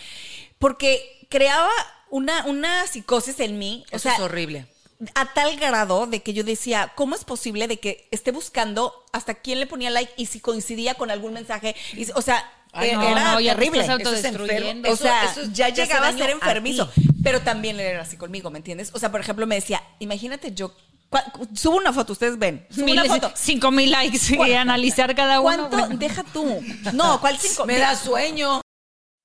B: porque creaba una, una psicosis en mí.
C: Eso
B: o sea,
C: es horrible.
B: a tal grado de que yo decía, ¿cómo es posible de que esté buscando hasta quién le ponía like y si coincidía con algún mensaje? Y, o sea,
C: Ay,
B: e-
C: no,
B: era
A: no, ya te
B: terrible.
A: estás
C: Eso es enfermo.
A: autodestruyendo.
B: o
C: Eso-
B: sea,
C: eso
B: ya
C: te hace
B: llegaba a ser
C: daño a
B: enfermizo.
C: ti.
B: pero también él era así conmigo, ¿me entiendes? O sea, por ejemplo, me decía, imagínate yo, cua- cu- subo una foto, ustedes ven, subo
A: Miles-
B: una foto.
A: cinco mil likes y analizar cada uno.
B: ¿Cuánto?
A: bueno.
B: Deja tú. No, ¿cuál cinco?
C: Me da sueño.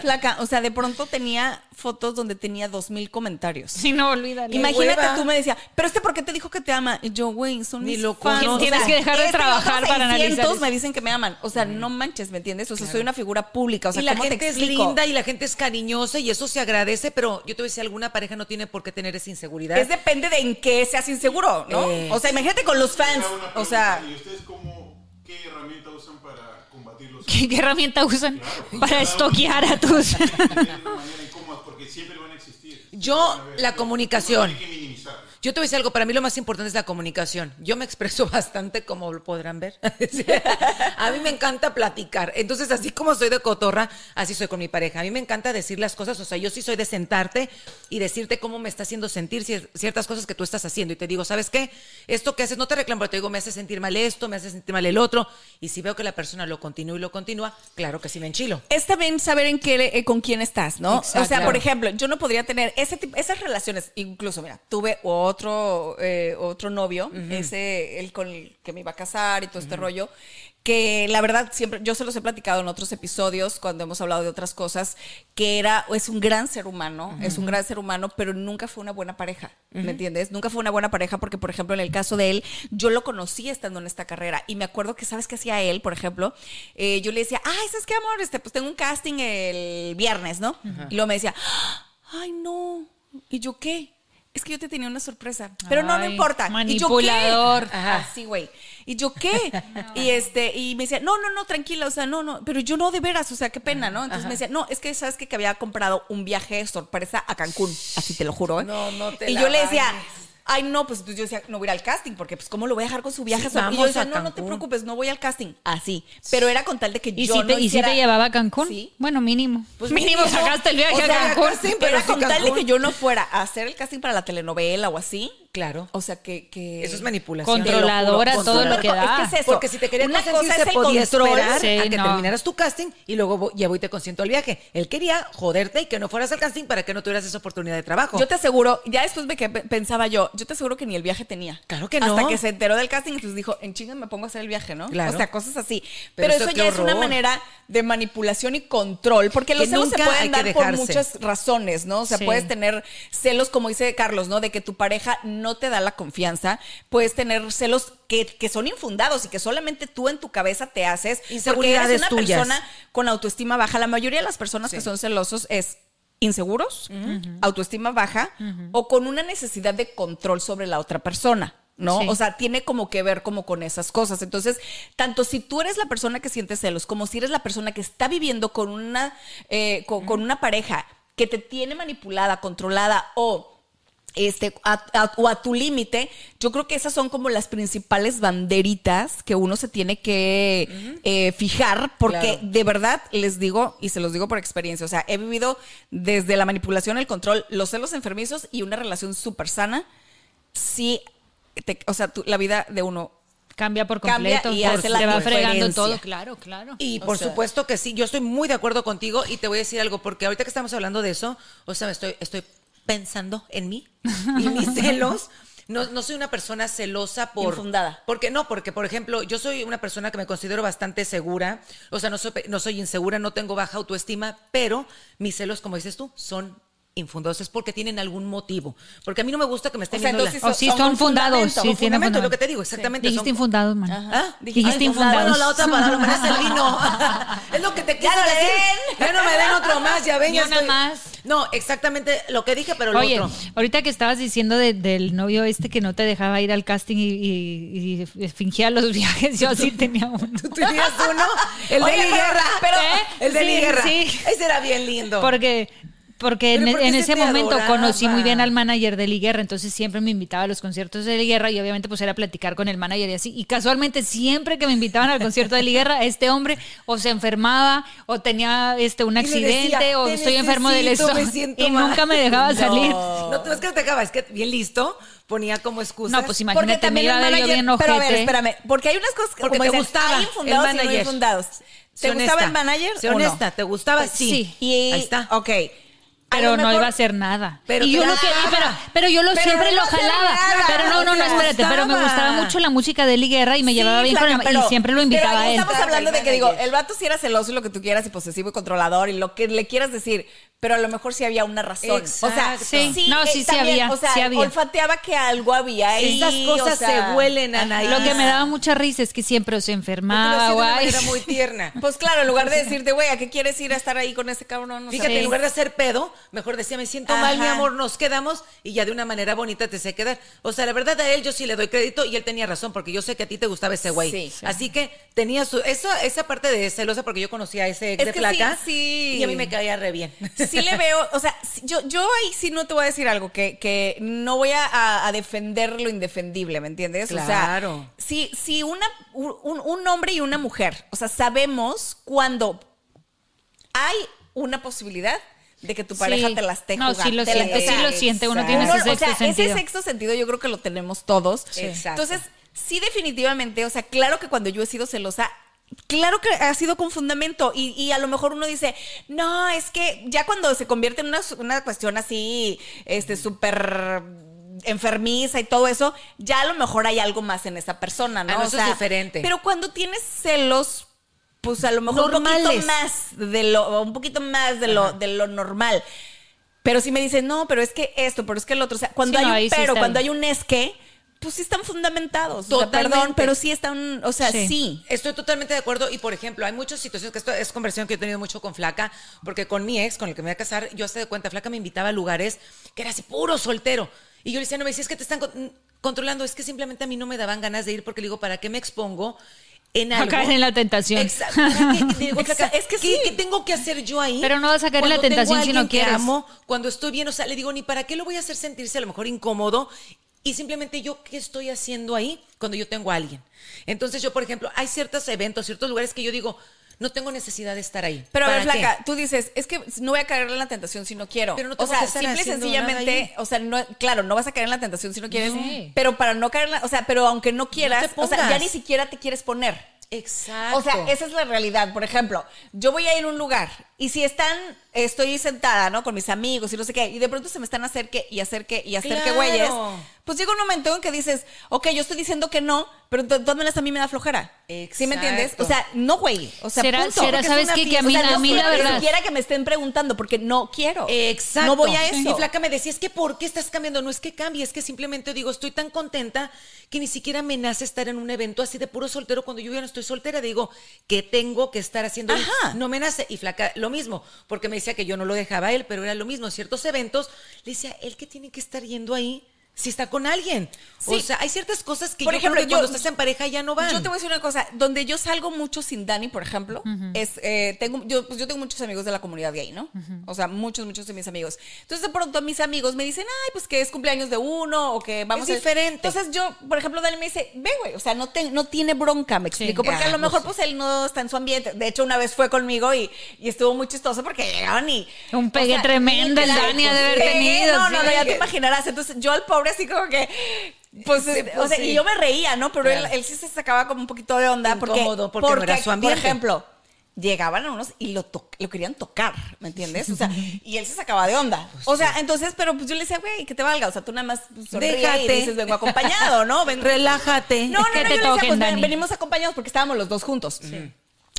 B: Flaca, o sea, de pronto tenía fotos donde tenía dos mil comentarios.
A: Sí, no, olvídalo.
B: Imagínate,
C: hueva.
B: tú me decía, pero este por qué te dijo que te ama. Y yo, güey, son
C: Ni
B: mis
C: lo
B: fans.
C: conoces.
A: Tienes que dejar de
B: este y
A: trabajar
B: otros
A: para
B: 600
A: analizar eso. Mm.
B: me dicen que me aman. O sea, no manches, ¿me entiendes? O sea, soy una figura pública. O sea,
C: y la
B: ¿cómo te
C: gente es
B: explico?
C: linda y la gente es cariñosa y eso se agradece, pero yo te voy a decir, alguna pareja no tiene por qué tener esa inseguridad.
B: Es depende de en qué seas inseguro, ¿no?
C: Eh.
B: O sea, imagínate con los fans.
D: Hago una
B: O
D: pregunta,
B: sea,
D: ¿Y ustedes cómo, qué herramienta usan para combatir los
A: ¿Qué, qué herramienta usan para estoquear a tus?
D: de una manera incómoda? Porque siempre van a existir.
C: Yo, la comunicación.
D: Hay que minimizar.
C: Yo te voy a decir algo, para mí lo más importante es la comunicación. Yo me expreso bastante, como lo podrán ver. Sí. a mí me encanta platicar. Entonces, así como soy de cotorra, así soy con mi pareja. A mí me encanta decir las cosas, o sea, yo sí soy de sentarte y decirte cómo me está haciendo sentir cier- ciertas cosas que tú estás haciendo. Y te digo, ¿sabes qué? Esto que haces, no te reclamo, pero te digo, me hace sentir mal esto, me hace sentir mal el otro. Y si veo que la persona lo continúa y lo continúa, claro que sí me enchilo.
B: es también saber en qué, eh, con quién estás, ¿no? O sea,
C: Exacto.
B: por ejemplo, yo no podría tener ese tipo, esas relaciones. Incluso, mira, tuve otro, eh, otro novio, ese, el con el que me iba a casar y todo este rollo, que la verdad siempre, yo se los he platicado en otros episodios cuando hemos hablado de otras cosas, que era, es un gran ser humano, es un gran ser humano, pero nunca fue una buena pareja, ¿me entiendes? Nunca fue una buena pareja porque, por ejemplo, en el caso de él, yo lo conocí estando en esta carrera y me acuerdo que, ¿sabes qué hacía él, por ejemplo? Eh, yo le decía, ay, ¿sabes qué, amor? Este, pues tengo un casting el viernes, ¿no? Y luego me decía, ay, no, ¿y yo qué? Es que yo te tenía una sorpresa, pero no, no
A: Ay,
B: importa.
A: manipulador.
B: ¿Y yo qué? Así, güey. ¿Y yo qué? Y este, y me decía, no, no, no, tranquila, o sea, no, no, pero yo no de veras, o sea, qué pena, ¿no? Entonces me decía, no, es que sabes qué? que había comprado un viaje sorpresa a Cancún, así te lo juro, ¿eh?
C: No, no te
B: Y
C: la
B: yo le decía,
C: bañes.
B: ay, no, pues entonces yo decía, no voy a ir al casting, porque pues, ¿cómo lo voy a dejar con su viaje?
C: Sí,
B: sorpresa? y yo
C: vamos
B: decía,
C: a
B: no, no te
C: Cancún.
B: preocupes, no voy al casting, así. Pero era con tal de que
A: ¿Y,
B: yo
A: si
B: no
A: te, y si te
B: hiciera-
A: llevaba a Cancún?
B: Sí.
A: Bueno, mínimo.
B: Pues
A: mínimo, sacaste el viaje
B: o sea,
A: a Cancún.
B: casting,
C: Sí,
B: pero
C: pero
B: era
C: sí
B: con tal de
C: Cancún.
B: que yo no fuera a hacer el casting para la telenovela o así.
C: Claro.
B: O sea, que... que
C: Eso es manipulación.
B: Te lo juro,
A: Controladora,
B: con-
A: todo lo
B: súper
A: que
B: con-
A: da.
B: Es que es eso.
C: Porque si te querían
B: Una
C: consentir,
B: cosa es
C: se
B: el
C: podía
B: control.
C: esperar
A: Sí,
C: a que
A: no.
C: terminaras tu casting y luego vo- ya voy te consiento al viaje. Él quería joderte y que no fueras al casting para que no tuvieras esa oportunidad de trabajo.
B: Yo te aseguro, ya después de que pe- pensaba yo, yo te aseguro que ni el viaje tenía.
C: Claro que
B: Hasta
C: no.
B: que se enteró del casting, entonces dijo, en chinga me pongo a hacer el viaje, ¿no?
C: Claro.
B: O sea, cosas así. Pero,
C: Pero
B: eso,
C: eso, qué
B: ya es una
C: horror.
B: manera de manipulación y control, porque los
C: Que
B: celos se
C: nunca hay
B: pueden dar
C: que
B: por
C: dejarse.
B: muchas razones, ¿no? O sea,
A: Sí.
B: puedes tener celos, como dice Carlos, ¿no? De que tu pareja no te da la confianza. Puedes tener celos que, que son infundados y que solamente tú en tu cabeza te haces. Porque eres
C: Inseguridades
B: una
C: tuyas.
B: persona con autoestima baja. La mayoría de las personas que son celosos es inseguros, autoestima baja o con una necesidad de control sobre la otra persona. ¿No?
A: Sí.
B: O sea, tiene como que ver como con esas cosas. Entonces, tanto si tú eres la persona que siente celos, como si eres la persona que está viviendo con una, eh, con, con una pareja que te tiene manipulada, controlada o este, a- a- o a tu límite, yo creo que esas son como las principales banderitas que uno se tiene que eh, fijar, porque
C: Claro.
B: de verdad les digo, y se los digo por experiencia, o sea, he vivido desde la manipulación, el control, los celos enfermizos y una relación súper sana, sí, te- o sea, tú- la vida de uno
A: Cambia por
B: Cambia
A: completo.
B: y
A: por-
B: hace la
A: te va fregando
B: diferencia.
A: todo, claro, claro.
C: Y
B: O
C: por
B: sea-
C: supuesto que sí, yo estoy muy de acuerdo contigo y te voy a decir algo, porque ahorita que estamos hablando de eso, o sea, estoy, estoy pensando en mí y mis celos. No, no soy una persona celosa por...
B: Infundada.
C: Porque no, porque por ejemplo, yo soy una persona que me considero bastante segura, o sea, no soy, no soy insegura, no tengo baja autoestima, pero mis celos, como dices tú, son infundados, es porque tienen algún motivo. Porque a mí no me gusta que me estén
B: O sea,
C: viendo la-
B: entonces-
A: O sí,
B: son
A: son
B: un
A: fundados.
B: fundamento,
A: Sí,
B: un
A: tienen
C: fundamento, es lo
A: fundamento.
C: que te digo, exactamente,
A: Dijiste
C: son-
A: infundados, man.
C: ¿Ah?
A: Dijiste
C: Ay,
A: infundados.
C: Bueno, la otra palabra es el vino. es lo que te
B: Ya
C: quiero
B: no le
C: decir.
B: den.
C: Ya no me den otro más, ya ven.
A: Ni
C: ya
A: una
C: estoy-
A: más.
C: No, exactamente lo que dije, pero lo
A: Oye,
C: otro.
A: ahorita que estabas diciendo de- del novio este que no te dejaba ir al casting y, y- y fingía los viajes, yo así tenía uno.
C: Tú tenías uno, el de
B: Oye,
C: Eli
B: pero-
C: Guerra. ¿Eh?
B: pero-
C: el de
A: ¿eh? Sí,
C: Eli Guerra.
A: sí.
C: Ese era bien lindo.
A: Porque, porque
C: Pero
A: en, e-,
C: porque
A: en
C: se
A: ese
C: te
A: momento
C: adoraba.
A: conocí muy bien al manager de Eli Guerra, entonces siempre me invitaba a los conciertos de Eli Guerra y obviamente pues era platicar con el manager y así. Y casualmente siempre que me invitaban al concierto de Eli Guerra, este hombre o se enfermaba o tenía este un
C: Y le
A: accidente
C: decía,
A: o
C: "Te
A: estoy enfermo del
C: necesito,
A: estómago
C: me siento
A: y
C: mal.
A: nunca me dejaba
C: No.
A: salir.
C: No, tú es que te dejaba, es que bien listo, ponía como excusa.
A: No, pues imagínate, me iba a ver yo bien
B: pero a ver,
A: ojete.
B: espérame, porque hay unas cosas que
C: Porque
B: como
C: te
B: dicen,
C: gustaba
B: hay
C: el
B: infundados y no
C: manager.
B: infundados. ¿Te
C: Sé
B: gustaba el
C: honesta.
B: manager
C: Sé
B: o no?
C: honesta, ¿te gustaba? Pues Sí.
A: Sí.
B: Y,
C: Ahí está.
B: Ok. A
A: Pero
B: lo
A: no
B: mejor-
A: iba a hacer nada.
C: Pero
A: y yo
C: te
A: lo que,
C: gustaba.
A: y pero, pero yo lo
B: Pero
A: siempre
B: no
A: lo
B: hacía
A: jalaba.
B: nada,
A: pero no, no, no,
B: te
A: espérate. Pero me
C: gustaba.
A: gustaba mucho la música de Eli Guerra y me
B: Sí,
A: llevaba bien
B: flaca,
A: con él. Y siempre lo
B: pero
A: invitaba
B: ahí
A: a él.
B: Estamos hablando de que
C: Manager.
B: digo, el vato sí era celoso y lo que tú quieras y posesivo y controlador y lo que le quieras decir, pero a lo mejor sí había una razón. O sea,
C: Exacto.
A: Sí. No, sí, sí había,
B: O sea,
A: sí había.
B: olfateaba que algo había ahí.
C: E Esas cosas
B: o sea,
C: se huelen, Anaí.
A: Lo que me daba mucha risa es que siempre se enfermaba.
C: de una
A: guay.
C: manera muy tierna.
B: Pues claro, en lugar de decirte, güey, ¿a qué quieres ir a estar ahí con ese cabrón? O sea,
C: Fíjate, en lugar de hacer pedo, mejor decía, me siento
B: Ajá.
C: mal, mi amor, nos quedamos y ya de una manera bonita te sé quedar. O sea, la verdad a él yo sí le doy crédito y él tenía razón porque yo sé que a ti te gustaba ese güey.
B: Sí. Sí.
C: Así que tenía su, esa, esa parte de celosa porque yo conocía a ese ex
B: Es
C: de
B: que
C: placa
B: sí, sí.
C: y a mí me caía re bien.
B: Sí le veo, o sea, sí- yo, yo ahí sí no te voy a decir algo, que, que no voy a- a, a defender lo indefendible, ¿me entiendes? O
C: Claro.
B: sea, si, si una, un, un hombre y una mujer, o sea, sabemos cuando hay una posibilidad de que tu
A: Sí.
B: pareja te las esté
A: No, sí
B: jugando,
A: lo
B: te la
A: siente,
B: esté-
A: sí lo siente, uno tiene
B: Uno-
A: ese sexto
B: o sea,
A: sentido.
B: ese sexto sentido yo creo que lo tenemos todos.
C: Sí. Exacto.
B: Entonces, sí, definitivamente, o sea, claro que cuando yo he sido celosa, claro que ha sido con fundamento y, y a lo mejor uno dice, no, es que ya cuando se convierte en una, una cuestión así, este, súper enfermiza y todo eso, ya a lo mejor hay algo más en esa persona, ¿no?
C: Ah, no, eso es diferente.
B: Pero cuando tienes celos, pues a lo mejor un
C: Normales.
B: poquito más de lo, un poquito más de lo, de lo normal. Pero si me dicen, no, pero es que esto, pero es que el otro. O sea, cuando
A: Sí, no,
B: hay
A: ahí
B: un
A: sí
B: pero,
A: está
B: cuando
A: bien.
B: hay un es que, pues sí están fundamentados. O sea,
C: Totalmente.
B: perdón, pero sí están, o sea,
A: Sí.
B: sí.
C: Estoy totalmente de acuerdo y por ejemplo, hay muchas situaciones que esto es conversión que yo he tenido mucho con Flaca, porque con mi ex, con el que me voy a casar, yo hace de cuenta, Flaca me invitaba a lugares que era así puro soltero. Y yo le decía, no me decía, es que te están con- controlando, es que simplemente a mí no me daban ganas de ir porque le digo, ¿para qué me expongo? En
A: A
C: algo.
A: caer en la tentación.
C: Exacto. ¿Para qué? Y le digo,
B: Exa-
C: "Flaca,
B: es que
C: ¿qué-
B: sí.
C: ¿Qué tengo que hacer yo ahí?
A: Pero no vas a caer en la
C: Cuando tengo
A: tentación
C: a
A: si no
C: alguien que
A: quieres.
C: amo, cuando estoy bien, o sea, le digo, ni para qué lo voy a hacer sentirse a lo mejor incómodo. Y simplemente yo, ¿qué estoy haciendo ahí cuando yo tengo a alguien? Entonces yo, por ejemplo, hay ciertos eventos, ciertos lugares que yo digo, no tengo necesidad de estar ahí.
B: Pero a ver,
C: ¿Para qué?
B: Flaca, tú dices, es que no voy a caer en la tentación si no quiero.
C: Pero no
B: o
C: tengo
B: sea,
C: que estar
B: simple y
C: haciendo nada
B: sencillamente,
C: ahí.
B: o sea, no, claro, no vas a caer en la tentación si no quieres.
A: Sí.
B: Pero para no caer en la, o sea, pero aunque no quieras, o sea, ya
C: pongas.
B: ni siquiera te quieres poner.
C: Exacto.
B: O sea, esa es la realidad. Por ejemplo, yo voy a ir a un lugar y si están, estoy sentada, ¿no? Con mis amigos y no sé qué, y de pronto se me están acerque y acerque y acerque
C: Claro.
B: güeyes. Pues llega un momento en que dices, ok, yo estoy diciendo que no, pero de todas maneras a mí me da flojera. ¿Sí me
C: Exacto.
B: entiendes? O sea, no, güey. O sea,
A: Será-
B: punto.
A: será,
B: Porque es
A: ¿sabes
B: una
A: qué? Que a
B: fiesta.
A: mí-
B: O sea,
A: a
B: no
A: mí la
B: quiero
A: verdad-
B: Ni siquiera que me estén preguntando porque no quiero.
C: Exacto.
B: No voy a eso.
C: Y Flaca me decía, es que ¿por qué estás cambiando? No es que cambie, es que simplemente digo, estoy tan contenta que ni siquiera me nace estar en un evento así de puro soltero cuando yo ya no estoy soltera. Digo, que tengo que estar haciendo? ahí?
B: Ajá.
C: No me nace. Y Flaca, lo mismo, porque me decía que yo no lo dejaba a él, pero era lo mismo. Ciertos eventos, le decía, él que tiene que estar yendo ahí si está con alguien. O
B: Sí.
C: sea, hay ciertas cosas que
B: Por
C: yo
B: ejemplo,
C: creo que cuando
B: yo-
C: estás en pareja ya no van.
B: Yo te voy a decir una cosa, donde yo salgo mucho sin Dani, por ejemplo, es eh, tengo yo pues yo tengo muchos amigos de la comunidad gay, ¿no? O sea, muchos muchos de mis amigos. Entonces de pronto mis amigos me dicen, "Ay, pues que es cumpleaños de uno o que vamos
C: Es
B: a-
C: diferente.
B: Entonces yo, por ejemplo, Dani me dice, "Ve, güey, o sea, no te- no tiene bronca", me explico, porque
C: Ah,
B: a lo
C: pues
B: mejor
C: sí.
B: pues él no está en su ambiente. De hecho, una vez fue conmigo y, y estuvo muy chistoso porque llegaron y
A: Un pegue tremendo el
B: literal,
A: Dani ha de haber
B: pegué,
A: tenido,
B: No, no,
A: sí.
B: no, ya te imaginarás. Entonces yo al pobre así como que pues, o
C: pues,
B: sea,
C: sí.
B: y yo me reía, ¿no? Pero
C: Claro.
B: él, él sí se sacaba como un poquito de onda porque,
C: Incómodo, porque no era su ambiente.
B: Por ejemplo, llegaban a unos y lo, to- lo querían tocar, ¿me entiendes? O sea, y él se sacaba de onda. O sea, entonces, pero pues yo le decía, güey, que te valga. O sea, tú nada más pues, sonríe y
C: Déjate.
B: dices, vengo acompañado, ¿no? Vengo-
C: Relájate.
B: No, no, no,
A: Que te
B: yo le decía,
A: toquen,
B: pues, ven,
A: Dani.
B: venimos acompañados porque estábamos los dos juntos.